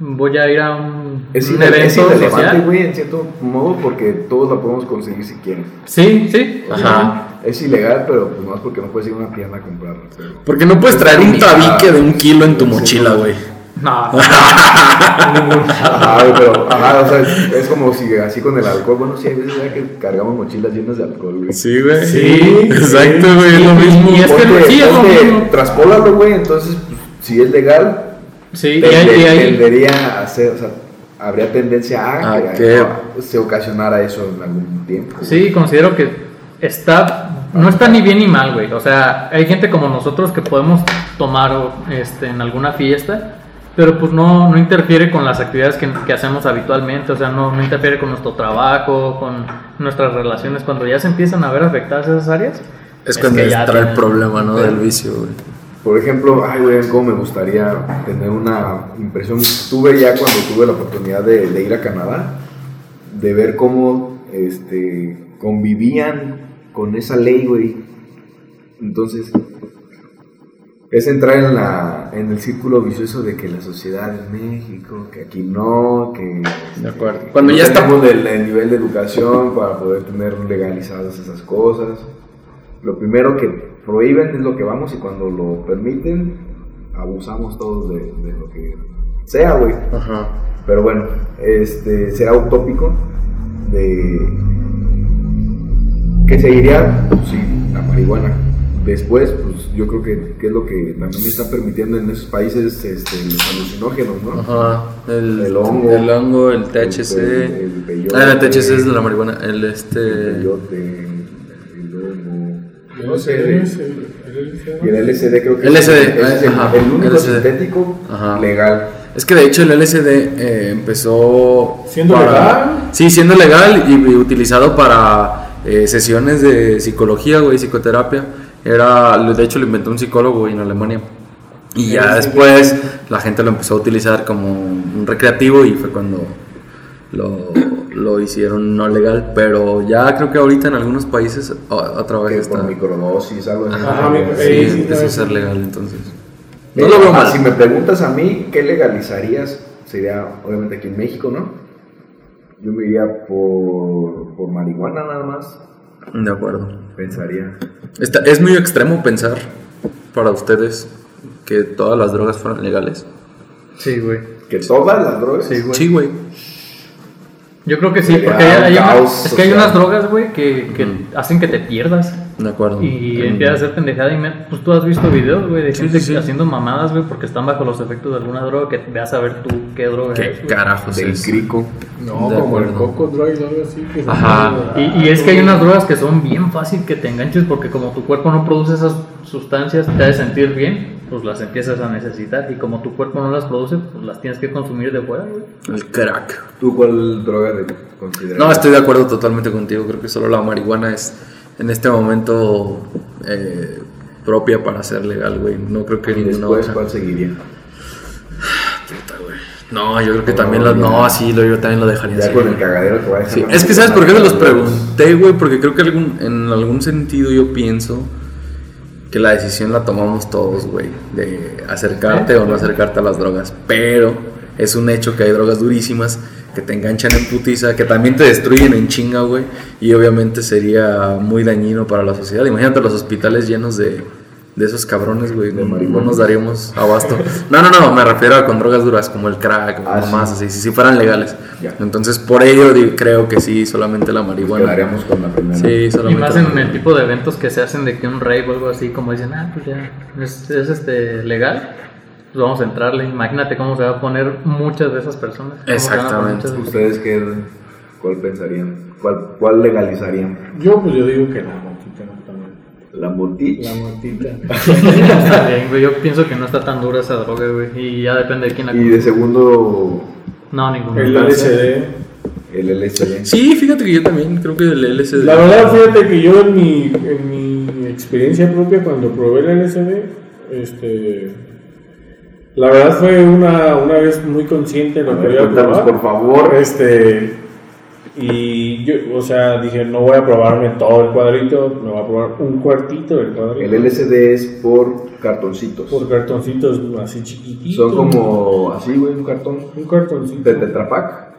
Speaker 4: me voy a ir a un,
Speaker 1: Es,
Speaker 4: un
Speaker 1: irre- es
Speaker 4: evento
Speaker 1: irrelevante,
Speaker 4: social.
Speaker 1: güey, en cierto modo, porque todos la podemos conseguir si quieren.
Speaker 4: Sí, sí.
Speaker 1: Ah.
Speaker 3: Ajá.
Speaker 1: Es ilegal, pero pues más porque no puedes ir a una tienda a comprarla. pero-
Speaker 3: Porque no puedes traer un tabique de un kilo en tu mochila, güey.
Speaker 4: No,
Speaker 1: Ajá, güey, pero ajá, o sea, es, es como si así con el alcohol. Bueno, sí, hay veces ¿verdad? que cargamos mochilas llenas de alcohol, güey.
Speaker 3: Sí, güey.
Speaker 2: Sí,
Speaker 3: Exacto, güey, es lo mismo.
Speaker 4: Y es que
Speaker 1: Ponte-
Speaker 4: sí, es lo
Speaker 1: ponte,
Speaker 4: mismo.
Speaker 1: traspólalo, güey, entonces, pues, si es legal,
Speaker 4: Sí, y hay,
Speaker 1: Tende-
Speaker 4: y hay-
Speaker 1: tendería a ser, o sea, habría tendencia a,
Speaker 4: Ah,
Speaker 3: ¿A
Speaker 1: que,
Speaker 3: qué?
Speaker 1: a- se ocasionara eso en algún tiempo.
Speaker 4: sí, considero que está, no está ni bien ni mal, güey. O sea, hay gente como nosotros que podemos tomar o, este, en alguna fiesta, pero pues no, no interfiere con las actividades que, que hacemos habitualmente, o sea, no, no interfiere con nuestro trabajo, con nuestras relaciones. Cuando ya se empiezan a ver afectadas esas áreas,
Speaker 3: Es cuando
Speaker 4: que ya
Speaker 3: entra el
Speaker 4: tienen-
Speaker 3: problema, ¿no? Del vicio, güey.
Speaker 1: Por ejemplo, ay, güey, cómo me gustaría tener una impresión. Tuve ya cuando tuve la oportunidad de, de ir a Canadá, de ver cómo este, convivían con esa ley, güey. Entonces, es entrar en, la, en el círculo vicioso de que la sociedad en México, que aquí no, que...
Speaker 3: De acuerdo.
Speaker 1: que
Speaker 3: Cuando
Speaker 1: no
Speaker 3: ya está-
Speaker 1: tenemos el, el nivel de educación para poder tener legalizadas esas cosas. Lo primero que prohíben es lo que vamos y cuando lo permiten, abusamos todos de, de lo que sea, güey.
Speaker 3: Ajá.
Speaker 1: Pero bueno, este será utópico de que seguiría, pues, sí, la marihuana. Después, pues yo creo que, que es lo que también está permitiendo en esos países este, los alucinógenos, ¿no?
Speaker 3: Ajá. El,
Speaker 1: El hongo.
Speaker 3: El hongo, el THC.
Speaker 1: El- el peyote.
Speaker 3: ah, el THC es de la marihuana. El este.
Speaker 1: El peyote, el hongo. No
Speaker 2: ¿Qué
Speaker 1: sé.
Speaker 2: es el- el-
Speaker 1: Y el LSD creo que
Speaker 3: LSD,
Speaker 1: es, ese es el,
Speaker 3: eh, ajá,
Speaker 1: el único
Speaker 3: LSD.
Speaker 1: sintético
Speaker 3: Ajá.
Speaker 1: legal.
Speaker 3: Es que de hecho el LSD eh, empezó.
Speaker 2: ¿Siendo legal?
Speaker 3: Sí, siendo legal y, y utilizado para eh, sesiones de psicología, güey, psicoterapia. Era, lo- de hecho lo inventó un psicólogo güey, en Alemania. Y ya después la gente lo empezó a utilizar como un recreativo y fue cuando lo, lo hicieron no legal. Pero ya creo que ahorita en algunos países a, a través
Speaker 1: Que
Speaker 3: de
Speaker 1: con
Speaker 3: esta.
Speaker 1: microdosis, algo así.
Speaker 2: Ajá, micro-
Speaker 3: Sí,
Speaker 2: eh, sí,
Speaker 3: empezó a
Speaker 2: no,
Speaker 3: ser
Speaker 2: sí.
Speaker 3: legal entonces.
Speaker 1: No
Speaker 3: No lo veo mal.
Speaker 1: ah, Si me preguntas a mí, ¿qué legalizarías? Sería, obviamente, aquí en México, ¿no? Yo me iría por, por marihuana nada más.
Speaker 3: De acuerdo.
Speaker 1: Pensaría.
Speaker 3: Está- es muy extremo pensar para ustedes que todas las drogas fueran legales.
Speaker 4: Sí, güey.
Speaker 1: Que todas las drogas.
Speaker 4: Sí, güey.
Speaker 3: Sí, güey.
Speaker 4: Yo creo que sí,
Speaker 1: Sería
Speaker 4: porque hay, hay
Speaker 1: un
Speaker 4: una-
Speaker 1: caos
Speaker 4: es que hay
Speaker 1: social.
Speaker 4: unas drogas, güey, que, que
Speaker 3: Ujú.
Speaker 4: hacen que te pierdas.
Speaker 3: De acuerdo.
Speaker 4: Y
Speaker 3: Mm.
Speaker 4: empiezas a hacer pendejada y me- pues tú has visto videos, güey, de
Speaker 3: Sí,
Speaker 4: gente
Speaker 3: sí, sí.
Speaker 4: haciendo mamadas, güey, porque están bajo los efectos de alguna droga que te vas a ver tú qué droga es.
Speaker 3: ¿Qué
Speaker 4: güey.
Speaker 3: carajos
Speaker 1: Del
Speaker 3: es?
Speaker 1: crico.
Speaker 2: No,
Speaker 3: De
Speaker 2: como el
Speaker 3: acuerdo.
Speaker 2: Coco Droid o algo así. Que se-
Speaker 3: Ajá.
Speaker 4: Y, y es que hay unas drogas que son bien fácil que te enganches porque como tu cuerpo no produce esas sustancias, te hace sentir bien, pues las empiezas a necesitar y como tu cuerpo no las produce, pues las tienes que consumir de fuera, güey.
Speaker 3: El crack.
Speaker 1: ¿Tú cuál droga de- consideras?
Speaker 3: No, este, estoy de acuerdo totalmente contigo. Creo que solo la marihuana es en este momento eh, propia para ser legal, güey. No creo que
Speaker 1: Y
Speaker 3: ninguna
Speaker 1: después,
Speaker 3: otra.
Speaker 1: ¿cuál seguiría?
Speaker 3: Puta, güey. No, yo creo que también
Speaker 1: No,
Speaker 3: las.
Speaker 1: ya.
Speaker 3: No, sí, lo- yo también lo dejaría
Speaker 1: Ya
Speaker 3: así,
Speaker 1: con
Speaker 3: güey.
Speaker 1: el cagadero que va a dejar
Speaker 3: Sí,
Speaker 1: la
Speaker 3: es que sabes por qué
Speaker 1: marihuana,
Speaker 3: te los
Speaker 1: los huevos.
Speaker 3: pregunté, güey, porque creo que algún, en algún sentido yo pienso que la decisión la tomamos todos, güey, de acercarte o no acercarte a las drogas, pero es un hecho que hay drogas durísimas que te enganchan en putiza, que también te destruyen en chinga, güey, y obviamente sería muy dañino para la sociedad. Imagínate los hospitales llenos de, de esos cabrones, güey, no, no nos daríamos abasto. No, no, no, me refiero a con drogas duras como el crack,
Speaker 1: Ah, sí.
Speaker 3: más así, si, si fueran legales.
Speaker 1: Ya.
Speaker 3: Entonces, por ello di- creo que sí, solamente la
Speaker 1: Nos
Speaker 3: marihuana.
Speaker 1: quedaríamos con la primera.
Speaker 3: Sí,
Speaker 4: Y
Speaker 3: solamente.
Speaker 4: más
Speaker 3: la
Speaker 4: en
Speaker 3: marihuana.
Speaker 4: el tipo de eventos que se hacen de que un rave o algo así, como dicen, ah, pues ya, es, es, este, legal, pues vamos a entrarle. Imagínate cómo se va a poner muchas de esas personas. cómo se van a poner
Speaker 3: Exactamente.
Speaker 4: muchas de-
Speaker 1: ¿Ustedes qué? ¿Cuál pensarían? ¿Cuál, cuál legalizarían?
Speaker 2: Yo, pues yo digo que la motita no también.
Speaker 1: ¿La mortilla?
Speaker 2: La motita.
Speaker 4: Está bien, güey, Yo pienso que no está tan dura esa droga, güey. Y ya depende de quién la
Speaker 1: Y de segundo,
Speaker 4: No, ninguno.
Speaker 2: El LCD.
Speaker 1: el LSD.
Speaker 3: Sí, fíjate que yo también creo que el LSD.
Speaker 2: La verdad, fíjate que yo en mi, en mi experiencia propia cuando probé el LSD, este, la verdad fue una, una vez muy consciente de
Speaker 1: A
Speaker 2: lo que
Speaker 1: ver,
Speaker 2: había
Speaker 1: cuéntanos,
Speaker 2: probado.
Speaker 1: por favor.
Speaker 2: Este, y yo, o sea, dije, no voy a probarme todo el cuadrito, me voy a probar un cuartito del cuadrito.
Speaker 1: El LSD es por cartoncitos.
Speaker 2: Por cartoncitos así chiquititos.
Speaker 1: Son como así, güey, un cartón
Speaker 2: Un cartoncito.
Speaker 1: de tetrapac.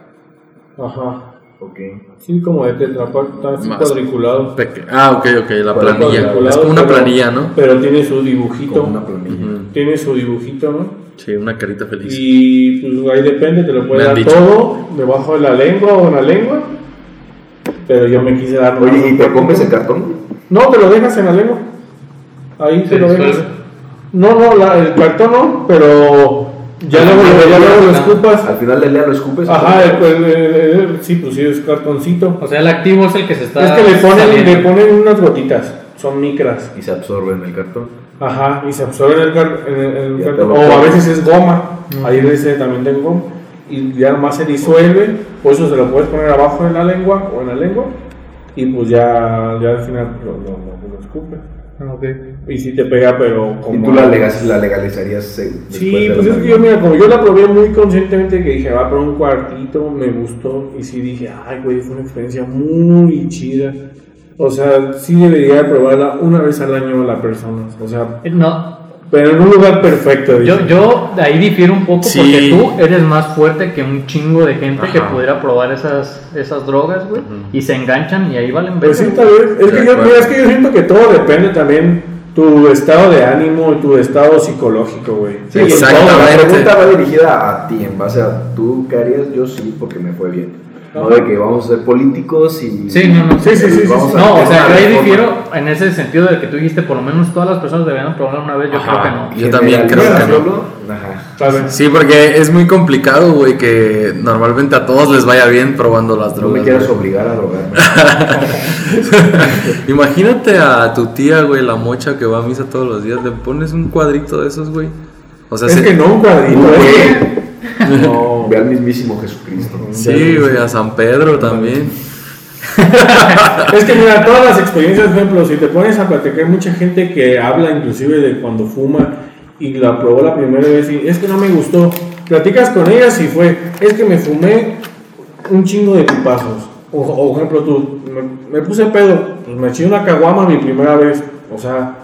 Speaker 2: Ajá.
Speaker 1: Ok.
Speaker 2: Sí, como de tetrapack, tan así
Speaker 3: Más
Speaker 2: cuadriculado.
Speaker 3: Peque- Ah, ok, ok, la
Speaker 1: Pero
Speaker 3: planilla.
Speaker 2: Cuadriculado,
Speaker 3: Es como una
Speaker 2: pero-
Speaker 3: planilla, ¿no?
Speaker 2: Pero tiene su dibujito.
Speaker 1: Con una planilla.
Speaker 3: Ujú.
Speaker 2: tiene su dibujito, ¿no?
Speaker 3: Sí, una carita feliz.
Speaker 2: Y pues ahí depende, te lo
Speaker 3: Me
Speaker 2: puede
Speaker 3: han
Speaker 2: dar
Speaker 3: dicho.
Speaker 2: todo, debajo de la lengua o en la lengua. Pero yo me quise dar. nomás
Speaker 1: Oye, ¿y
Speaker 2: un
Speaker 1: te
Speaker 2: poquito.
Speaker 1: comes el cartón?
Speaker 2: No, te lo dejas en la lengua. Ahí te
Speaker 4: ¿Se
Speaker 2: lo
Speaker 4: disuelve?
Speaker 2: dejas. No, no, la- el cartón no, pero ya luego, lo- ya luego lo escupas.
Speaker 3: Ah,
Speaker 1: Al final del día lo escupes.
Speaker 2: Ajá, el, pues, el- el- el- sí, pues sí, es cartoncito.
Speaker 4: O sea, el activo es el que se está.
Speaker 2: Es que le ponen,
Speaker 4: saliendo.
Speaker 2: le ponen unas gotitas, son micras.
Speaker 1: Y se absorbe en el cartón.
Speaker 2: Ajá, y se absorbe en el, car- en el- en el
Speaker 1: Ya
Speaker 2: cartón.
Speaker 1: te lo
Speaker 2: O a
Speaker 1: pones.
Speaker 2: veces es goma. Ahí dice también tengo goma. Y ya más se disuelve. Por eso se lo puedes poner abajo en la lengua o en la lengua. Y pues ya, ya al final lo, lo, lo- lo escupe. Ah, ok.
Speaker 4: Eh,
Speaker 2: Y si te pega, pero como...
Speaker 1: Y tú la, legas- la legalizarías. eh, después
Speaker 2: Sí,
Speaker 1: de
Speaker 2: pues
Speaker 1: la
Speaker 2: es que yo,
Speaker 1: pandemia.
Speaker 2: mira, como yo la probé muy conscientemente, que dije, va por un cuartito, me gustó, y sí dije, ay, güey, fue una experiencia muy chida. O sea, sí debería probarla una vez al año la persona, o sea,
Speaker 4: Eh, No,
Speaker 2: pero en un lugar perfecto. dije.
Speaker 4: yo, yo de ahí difiero un poco
Speaker 3: Sí.
Speaker 4: porque tú eres más fuerte que un chingo de gente que
Speaker 3: Ajá.
Speaker 4: pudiera probar esas, esas drogas, güey, y se enganchan y ahí valen
Speaker 2: Pues sí,
Speaker 4: verga,
Speaker 2: tal
Speaker 4: güey.
Speaker 2: vez. Es
Speaker 3: De
Speaker 2: que, yo,
Speaker 3: acuerdo.
Speaker 2: es que yo siento que todo depende también tu estado de ánimo y tu estado psicológico, güey.
Speaker 1: Sí, y en todo,
Speaker 3: Exactamente.
Speaker 1: La pregunta va dirigida a ti, en base a tú qué harías, yo sí, porque me fue bien. No de que vamos a ser políticos y.
Speaker 4: Sí, no, no.
Speaker 2: Sí, sí, sí, sí,
Speaker 1: vamos
Speaker 2: sí.
Speaker 1: a
Speaker 4: No, o
Speaker 1: hacer
Speaker 4: sea,
Speaker 1: una
Speaker 4: yo ahí
Speaker 1: reforma.
Speaker 4: difiero en ese sentido de que tú dijiste, por lo menos todas las personas deberían probar una vez, yo
Speaker 3: Ajá.
Speaker 4: creo que no.
Speaker 3: Yo también creo que no.
Speaker 1: Generalizarlo, Ajá.
Speaker 2: Tal vez.
Speaker 3: Sí, porque es muy complicado, güey, que normalmente a todos les vaya bien probando las
Speaker 1: No
Speaker 3: drogas.
Speaker 1: me quieras
Speaker 3: güey.
Speaker 1: obligar a drogarme.
Speaker 3: Imagínate a tu tía, güey, la mocha que va a misa todos los días, le pones un cuadrito de esos, güey. O sea,
Speaker 2: Es
Speaker 3: se-
Speaker 2: que no un cuadrito, ¿eh? No.
Speaker 1: Ve al mismísimo Jesucristo.
Speaker 3: sí, güey, a San Pedro también.
Speaker 2: Es que mira, todas las experiencias, por ejemplo, si te pones a platicar, mucha gente que habla inclusive de cuando fuma y la probó la primera vez y es que no me gustó. Platicas con ellas y fue, es que me fumé un chingo de pipazos. O, o, por ejemplo, tú, me, me puse pedo, pues me eché una caguama mi primera vez. O sea,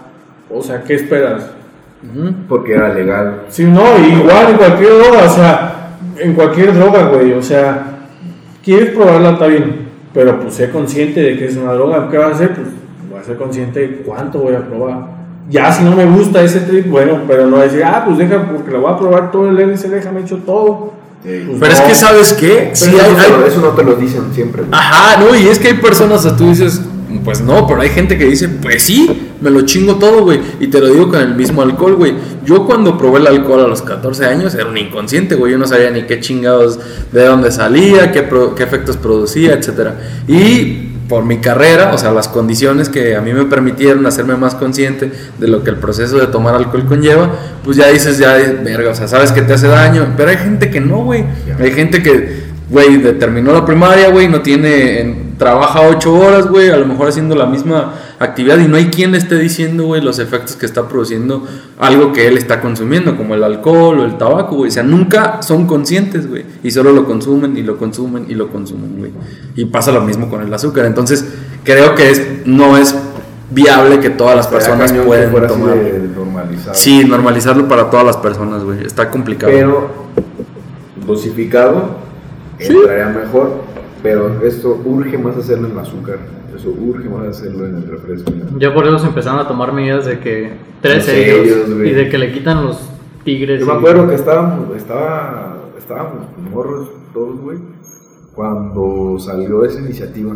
Speaker 2: o sea, ¿qué esperas?
Speaker 1: Porque era legal.
Speaker 2: Sí, no, igual en cualquier droga, o sea, en cualquier droga, güey, o sea, quieres probarla, está bien, pero pues sé consciente de que es una droga, ¿qué vas a hacer? Pues voy a ser consciente de cuánto voy a probar. Ya si no me gusta ese trip, bueno, pero no decir, ah, pues deja, porque lo voy a probar todo el LSD, déjame hecho todo.
Speaker 1: Ey.
Speaker 3: Pero es que, ¿sabes qué? Sí,
Speaker 1: Pero
Speaker 3: hay-
Speaker 1: eso,
Speaker 3: hay- Ah,
Speaker 1: eso no te lo dicen siempre. güey.
Speaker 3: Ajá, no, y es que hay personas, o sea, tú dices, pues no, pero hay gente que dice, pues sí, me lo chingo todo, güey. Y te lo digo con el mismo alcohol, güey. Yo cuando probé el alcohol a los 14 años era un inconsciente, güey. Yo no sabía ni qué chingados, de dónde salía, qué, pro- qué efectos producía, etcétera. Y por mi carrera, o sea, las condiciones que a mí me permitieron hacerme más consciente de lo que el proceso de tomar alcohol conlleva, pues ya dices, ya, verga, o sea, sabes que te hace daño, pero hay gente que no, güey. Hay gente que, güey, de- terminó la primaria, güey, no tiene, en- trabaja ocho horas, güey, a lo mejor haciendo la misma actividad y no hay quien le esté diciendo, güey, los efectos que está produciendo algo que él está consumiendo, como el alcohol o el tabaco, güey. O sea, nunca son conscientes, güey, y solo lo consumen y lo consumen y lo consumen, güey. Y pasa lo mismo con el azúcar. Entonces, creo que es, no es viable que todas las personas
Speaker 1: Era cañón que
Speaker 3: puedan
Speaker 1: fuera así
Speaker 3: tomar.
Speaker 1: de normalizado.
Speaker 3: Sí, normalizarlo para todas las personas, güey. Está complicado.
Speaker 1: pero dosificado entraría mejor. Pero esto urge más hacerlo en el azúcar. Eso urge más hacerlo en el refresco. en la-
Speaker 4: Yo por eso se empezaron a tomar medidas de que tres
Speaker 1: Los
Speaker 4: sellos
Speaker 1: sellos, güey.
Speaker 4: y de que le quitan los tigres.
Speaker 1: Yo me
Speaker 4: y-
Speaker 1: acuerdo que estábamos, estaba, estábamos morros todos, güey, cuando salió esa iniciativa.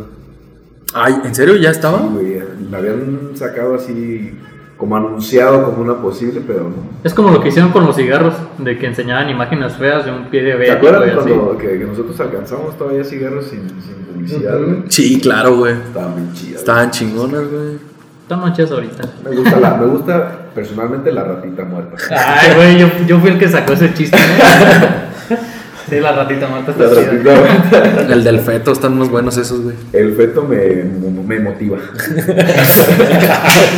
Speaker 3: Ay, ¿en serio ya estaba?
Speaker 1: Sí, güey, la habían sacado así, como anunciado como una posible, pero no.
Speaker 4: Es como lo que hicieron con los cigarros, de que enseñaban imágenes feas de un pie de
Speaker 1: ¿Te
Speaker 4: verde
Speaker 1: acuerdas
Speaker 4: y así.
Speaker 1: cuando que, que nosotros alcanzamos todavía cigarros sin, sin publicidad?
Speaker 2: Ujú.
Speaker 1: güey?
Speaker 3: Sí, claro, güey.
Speaker 1: Estaban bien chidas.
Speaker 3: Estaban chingonas, güey.
Speaker 4: Están manchadas ahorita.
Speaker 1: güey. Me gusta, la, me gusta personalmente la ratita muerta.
Speaker 4: Ay, güey, yo, yo fui el que sacó ese chiste. ¿no? sí, la ratita mata
Speaker 1: La
Speaker 4: está chida.
Speaker 1: ratita muerta.
Speaker 3: El del feto, están más buenos esos, güey.
Speaker 1: El feto me, me motiva.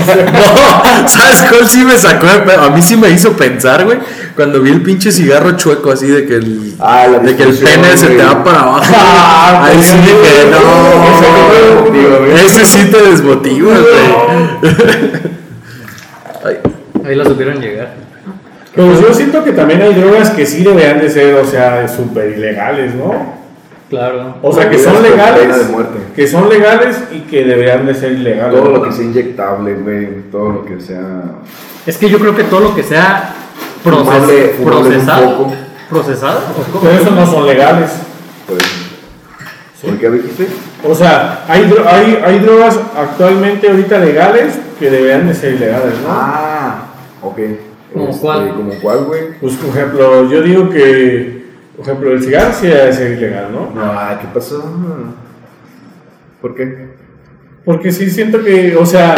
Speaker 3: No, ¿sabes cuál sí me sacó? de pedo? A mí sí me hizo pensar, güey. Cuando vi el pinche cigarro chueco así de que el,
Speaker 1: Ah, la
Speaker 3: de que el
Speaker 1: discusión,
Speaker 3: pene se te
Speaker 1: güey.
Speaker 3: va para abajo. Ahí sí dije,
Speaker 1: Ese
Speaker 3: Ah, no.
Speaker 1: sí me desmotiva, güey.
Speaker 3: Ese sí te desmotiva, güey. Ay,
Speaker 4: Ahí la supieron llegar.
Speaker 2: Pero yo siento que también hay drogas que sí deberían de ser, o sea, súper ilegales, ¿no?
Speaker 4: Claro.
Speaker 2: O sea, que son
Speaker 1: Prohibidas con
Speaker 2: legales,
Speaker 1: pena de muerte.
Speaker 2: que son legales y que deberían de ser ilegales.
Speaker 1: Todo lo que sea inyectable, güey, todo lo que sea
Speaker 4: Es que yo creo que todo lo que sea proces-
Speaker 1: Fumable- fumable un
Speaker 4: procesado.
Speaker 1: poco.
Speaker 4: ¿Procesado? ¿O cómo?
Speaker 2: Pero eso no son legales.
Speaker 1: Pues, ¿Por qué dijiste?
Speaker 2: O sea, hay, dro- hay, hay drogas actualmente ahorita legales que deberían de ser ilegales, ¿no?
Speaker 1: Ah, ok.
Speaker 4: ¿Como
Speaker 1: Este,
Speaker 4: cuál?
Speaker 1: ¿Como cuál, güey?
Speaker 2: Pues, por ejemplo, yo digo que, por ejemplo, el cigarro sí debe ser ilegal, ¿no?
Speaker 1: No, ah, ¿qué pasó? ¿Por qué?
Speaker 2: Porque sí siento que, o sea,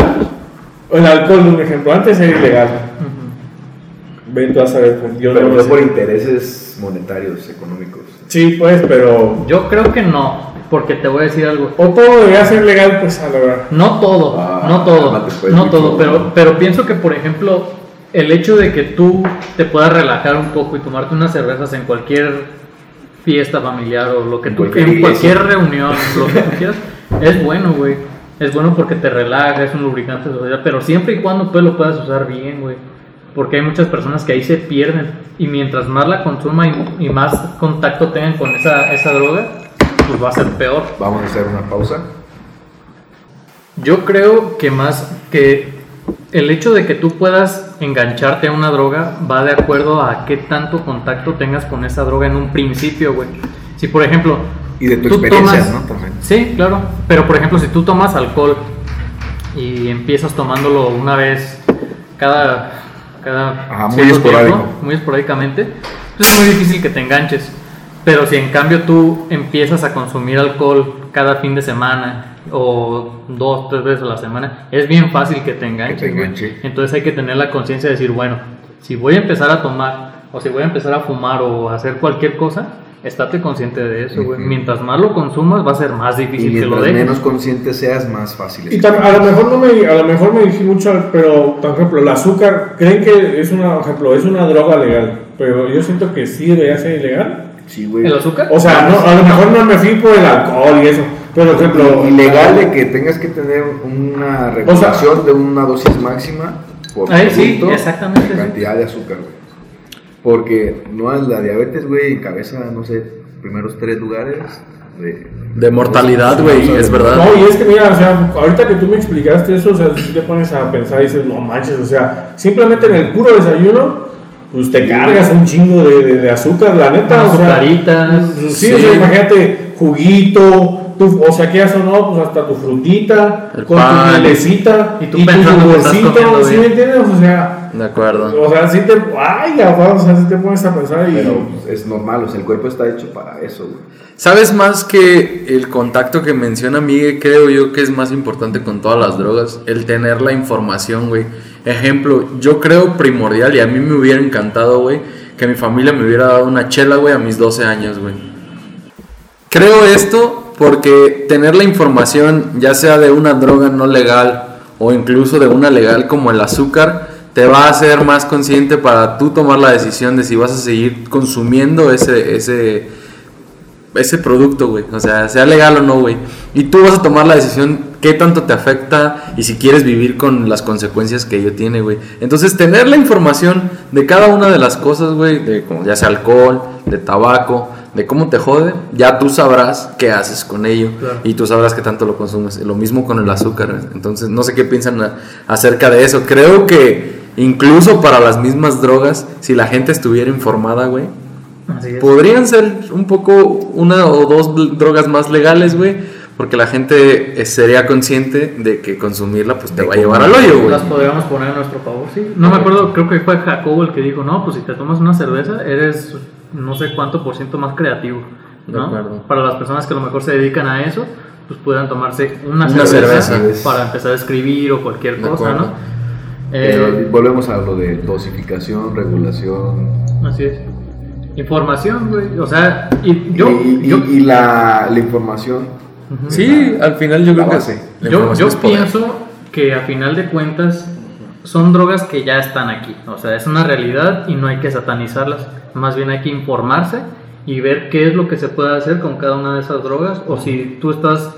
Speaker 2: el alcohol, un ejemplo, antes era ilegal. Ven tú a saber, pues, yo
Speaker 1: Pero
Speaker 2: no
Speaker 1: fue
Speaker 2: lo sé.
Speaker 1: por intereses monetarios, económicos.
Speaker 2: Sí, pues, pero...
Speaker 4: Yo creo que no, porque te voy a decir algo.
Speaker 2: O todo debería ser legal, pues, a la verdad.
Speaker 4: No todo,
Speaker 1: a-
Speaker 4: no todo,
Speaker 1: a- después
Speaker 4: no
Speaker 1: mucho,
Speaker 4: todo, pero,
Speaker 1: ¿no?
Speaker 4: pero pienso que, por ejemplo, el hecho de que tú te puedas relajar un poco y tomarte unas cervezas en cualquier fiesta familiar o lo que
Speaker 1: En
Speaker 4: tú,
Speaker 1: cualquier
Speaker 4: en
Speaker 1: iglesia.
Speaker 4: cualquier reunión, lo que tú quieras, es bueno, güey. Es bueno porque te relaja, es un lubricante social, pero siempre y cuando pues lo puedas usar bien, güey. Porque hay muchas personas que ahí se pierden y mientras más la consuma y, y más contacto tengan con esa, esa droga, pues va a ser peor.
Speaker 1: Vamos a hacer una pausa.
Speaker 4: Yo creo que más que el hecho de que tú puedas engancharte a una droga va de acuerdo a qué tanto contacto tengas con esa droga en un principio, güey. Si por ejemplo...
Speaker 1: Y de tu
Speaker 4: tú
Speaker 1: experiencia,
Speaker 4: tomas-
Speaker 1: ¿no? También.
Speaker 4: Sí, claro. Pero por ejemplo, si tú tomas alcohol y empiezas tomándolo una vez cada... cada
Speaker 1: Ajá, muy
Speaker 4: cierto
Speaker 1: esporádico.
Speaker 4: muy esporádicamente, pues es muy difícil que te enganches. Pero si en cambio tú empiezas a consumir alcohol cada fin de semana o dos, tres veces a la semana, es bien fácil que te enganches.
Speaker 1: Que te
Speaker 4: güey.
Speaker 1: enganche.
Speaker 4: Entonces hay que tener la conciencia de decir, bueno, si voy a empezar a tomar o si voy a empezar a fumar o a hacer cualquier cosa, estate consciente de eso, güey.
Speaker 1: Ujú.
Speaker 4: Mientras más lo consumas, va a ser más
Speaker 1: Y
Speaker 4: difícil que lo
Speaker 1: mientras
Speaker 4: dejes.
Speaker 1: menos consciente seas, más fácil
Speaker 2: Y
Speaker 1: es.
Speaker 2: tam- a lo mejor no me, a lo mejor me dirigí mucho, al- pero por ejemplo, el azúcar, creen que es una, por ejemplo, es una droga legal, pero yo siento que sí debería ser ilegal.
Speaker 1: Sí, güey.
Speaker 4: ¿El azúcar?
Speaker 2: O sea, no, a lo mejor no me fui por el alcohol y eso, pero por ejemplo,
Speaker 1: ilegal de que tengas que tener una regulación de una dosis máxima por
Speaker 4: Ahí Ah, sí,
Speaker 1: producto
Speaker 4: exactamente,
Speaker 1: de
Speaker 4: sí.
Speaker 1: cantidad de azúcar, güey. Porque no es la diabetes, güey, encabeza, no sé, primeros tres lugares de,
Speaker 3: De mortalidad, güey, es verdad.
Speaker 2: No, y es que mira, o sea, ahorita que tú me explicaste eso, o sea, si te pones a pensar y dices, no manches, o sea, simplemente en el puro desayuno, pues te cargas un chingo de, de- de azúcar, la neta,
Speaker 4: Unas
Speaker 2: o sea.
Speaker 4: azucaritas.
Speaker 2: Pues Sí, o sea,
Speaker 3: Sí.
Speaker 2: imagínate, juguito, tu- o sea, que eso no, pues hasta tu frutita,
Speaker 3: El
Speaker 2: con
Speaker 3: pan.
Speaker 2: tu mielecita,
Speaker 4: Y tú pensando que estás comiendo
Speaker 2: ¿sí
Speaker 4: bien.
Speaker 2: me entiendes? O sea,
Speaker 3: De acuerdo.
Speaker 2: o sea, sí te, ay, cabrón, o sea, sí te pones a pensar y...
Speaker 1: Pero pues, es normal, o sea, el cuerpo está hecho para eso, güey.
Speaker 3: ¿Sabes más que el contacto que menciona Miguel? Creo yo que es más importante con todas las drogas. El tener la información, güey. Ejemplo, yo creo primordial y a mí me hubiera encantado, güey, que mi familia me hubiera dado una chela, güey, a mis 12 años, güey. Creo esto porque tener la información, ya sea de una droga no legal o incluso de una legal como el azúcar, te va a hacer más consciente para tú tomar la decisión de si vas a seguir consumiendo ese, ese, ese producto, güey. O sea, sea legal o no, güey. Y tú vas a tomar la decisión qué tanto te afecta y si quieres vivir con las consecuencias que ello tiene, güey. Entonces, tener la información de cada una de las cosas, güey, de como ya sea alcohol, de tabaco, de cómo te jode, ya tú sabrás qué haces con ello
Speaker 4: Claro.
Speaker 3: y tú sabrás qué tanto lo consumes. Lo mismo con el azúcar. güey. Entonces, no sé qué piensan a- acerca de eso. Creo que incluso para las mismas drogas, si la gente estuviera informada, güey,
Speaker 1: mm,
Speaker 4: Así es.
Speaker 3: Podrían ser un poco una o dos bl- drogas más legales, güey, porque la gente eh, sería consciente de que consumirla pues te
Speaker 1: De
Speaker 3: va a llevar al
Speaker 1: cómo-
Speaker 3: hoyo, güey.
Speaker 4: Las podríamos poner a nuestro favor, sí. No me acuerdo, creo que fue Jacobo el que dijo, no, pues si te tomas una cerveza, eres no sé cuánto por ciento más creativo.
Speaker 3: De
Speaker 4: ¿no?
Speaker 3: acuerdo.
Speaker 4: Para las personas que a lo mejor se dedican a eso, pues puedan tomarse una,
Speaker 3: Una
Speaker 4: cerveza,
Speaker 1: cerveza.
Speaker 4: para empezar a escribir o cualquier
Speaker 3: De
Speaker 4: cosa,
Speaker 3: acuerdo.
Speaker 4: ¿no?
Speaker 1: Pero
Speaker 4: Eh,
Speaker 1: volvemos a lo de dosificación, regulación.
Speaker 4: así es. Información, güey. O sea, y yo,
Speaker 1: y, y-
Speaker 4: yo,
Speaker 1: y la, la información.
Speaker 4: Ujú.
Speaker 3: Sí, al final
Speaker 1: La
Speaker 3: yo creo que
Speaker 1: base.
Speaker 3: la
Speaker 4: Yo,
Speaker 3: información
Speaker 4: yo
Speaker 3: es poder.
Speaker 4: pienso que a final de cuentas son drogas que ya están aquí. O sea, es una realidad y no hay que satanizarlas. Más bien hay que informarse y ver qué es lo que se puede hacer con cada una de esas drogas o si tú estás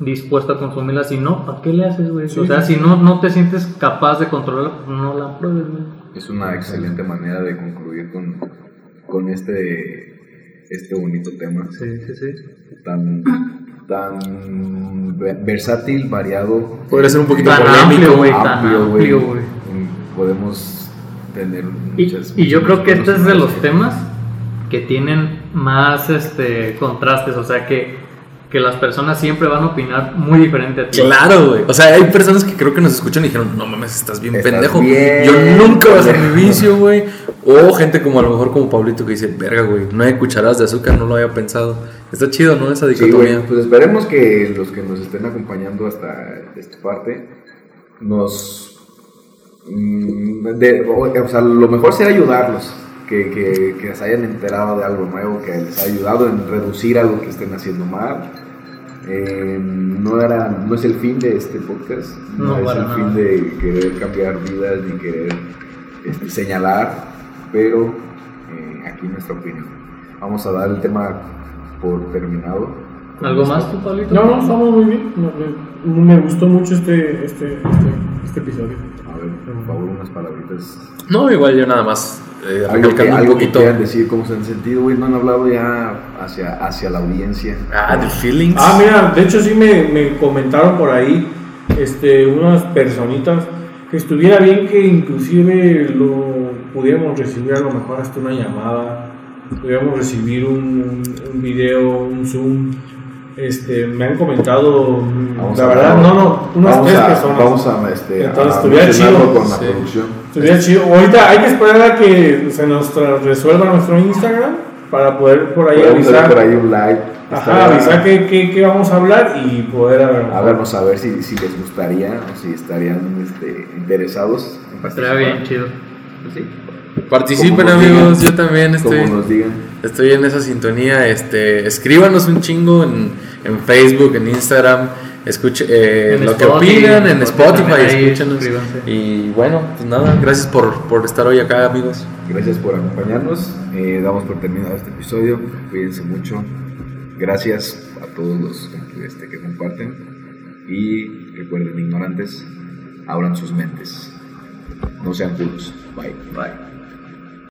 Speaker 4: dispuesto a consumirlas. Si no, ¿para qué le haces, güey? o sea, si no, no te sientes capaz de controlar, pues no la pruebes, güey.
Speaker 1: Es una excelente manera de concluir con, con este, este bonito tema.
Speaker 4: Sí, sí, sí.
Speaker 1: Tan, tan ve- versátil, variado.
Speaker 3: Podría ser un poquito
Speaker 4: Tan
Speaker 3: polémico,
Speaker 4: amplio, güey,
Speaker 3: güey.
Speaker 4: tan amplio, güey.
Speaker 1: Mm, Podemos tener
Speaker 4: Y,
Speaker 1: muchas.
Speaker 4: y yo
Speaker 1: muchos
Speaker 4: creo que este es de
Speaker 1: buenos
Speaker 4: los temas que tienen más este contrastes, o sea que, que las personas siempre van a opinar muy diferente a ti.
Speaker 3: Claro, güey. O sea, hay personas que creo que nos escuchan y dijeron, no mames, estás bien
Speaker 1: Estás
Speaker 3: pendejo.
Speaker 1: bien
Speaker 3: Yo nunca voy a hacer mi
Speaker 1: pendejo".
Speaker 3: vicio, güey. O gente como a lo mejor como Pablito que dice, verga, güey, nueve cucharadas de azúcar, no lo había pensado. Está chido, ¿no? Esa
Speaker 1: Sí,
Speaker 3: dicotomía.
Speaker 1: güey, pues esperemos que los que nos estén acompañando hasta esta parte nos... mm, de- o, o sea, lo mejor será ayudarlos, que, que- que se hayan enterado de algo nuevo, que les ha ayudado en reducir algo que estén haciendo mal, Eh, no, era, no es el fin de este podcast, no,
Speaker 4: No,
Speaker 1: es el
Speaker 4: para
Speaker 1: fin
Speaker 4: nada.
Speaker 1: de querer cambiar vidas ni querer este, señalar, pero eh, aquí nuestra opinión. Vamos a dar el tema por terminado.
Speaker 4: ¿Algo más tú, Pablito?
Speaker 2: No, no, estamos muy bien. No, no, me gustó mucho este, este, este, este episodio.
Speaker 1: A ver, por favor, unas palabritas.
Speaker 3: No, igual yo nada más eh,
Speaker 1: Algo que,
Speaker 3: recalcando un
Speaker 1: algo que
Speaker 3: poquito.
Speaker 1: quieran decir, cómo se han sentido, güey. No han hablado ya hacia, hacia la audiencia.
Speaker 3: ah, the feelings.
Speaker 2: Ah, mira, de hecho sí me, me comentaron por ahí este, unas personitas que estuviera bien que inclusive lo pudiéramos recibir a lo mejor hasta una llamada, pudiéramos recibir un, un video, un Zoom. Este, me han comentado,
Speaker 1: Vamos
Speaker 2: la
Speaker 1: a-
Speaker 2: verdad, no, no, unas
Speaker 1: vamos
Speaker 2: tres
Speaker 1: a-
Speaker 2: personas.
Speaker 1: Vamos a, este,
Speaker 2: Entonces,
Speaker 1: a
Speaker 2: estuviera
Speaker 1: mencionarlo
Speaker 2: chido.
Speaker 1: con la
Speaker 3: Sí.
Speaker 1: producción.
Speaker 2: Sería chido. Ahorita hay que esperar a que se nos tra- resuelva nuestro Instagram para poder por ahí
Speaker 1: Podemos
Speaker 2: avisar.
Speaker 1: hacer por ahí un like.
Speaker 2: Ajá,
Speaker 1: Estaría-
Speaker 2: avisar qué, qué, qué vamos a hablar y poder hablar.
Speaker 1: Háganos saber si, si les gustaría o si estarían este, interesados en
Speaker 4: Estaría
Speaker 1: participar.
Speaker 4: bien, chido.
Speaker 1: Sí,
Speaker 3: Participen,
Speaker 1: como nos
Speaker 3: amigos.
Speaker 1: digan.
Speaker 3: Yo también estoy.
Speaker 1: Como nos digan.
Speaker 3: Estoy en esa sintonía. Este, escríbanos un chingo en, en Facebook, en Instagram. Escuche eh,
Speaker 4: En
Speaker 3: lo que
Speaker 4: Spotify,
Speaker 3: opinan en
Speaker 4: en
Speaker 3: Spotify.
Speaker 4: Spotify, ahí
Speaker 3: Escúchenos.
Speaker 4: suscríbanse.
Speaker 3: Y bueno, pues nada, gracias por, por estar hoy acá, amigos.
Speaker 1: Gracias por acompañarnos. Eh, damos por terminado este episodio. Cuídense mucho. Gracias a todos los este, que comparten. Y recuerden, ignorantes, abran sus mentes. No sean puros. Bye. Bye.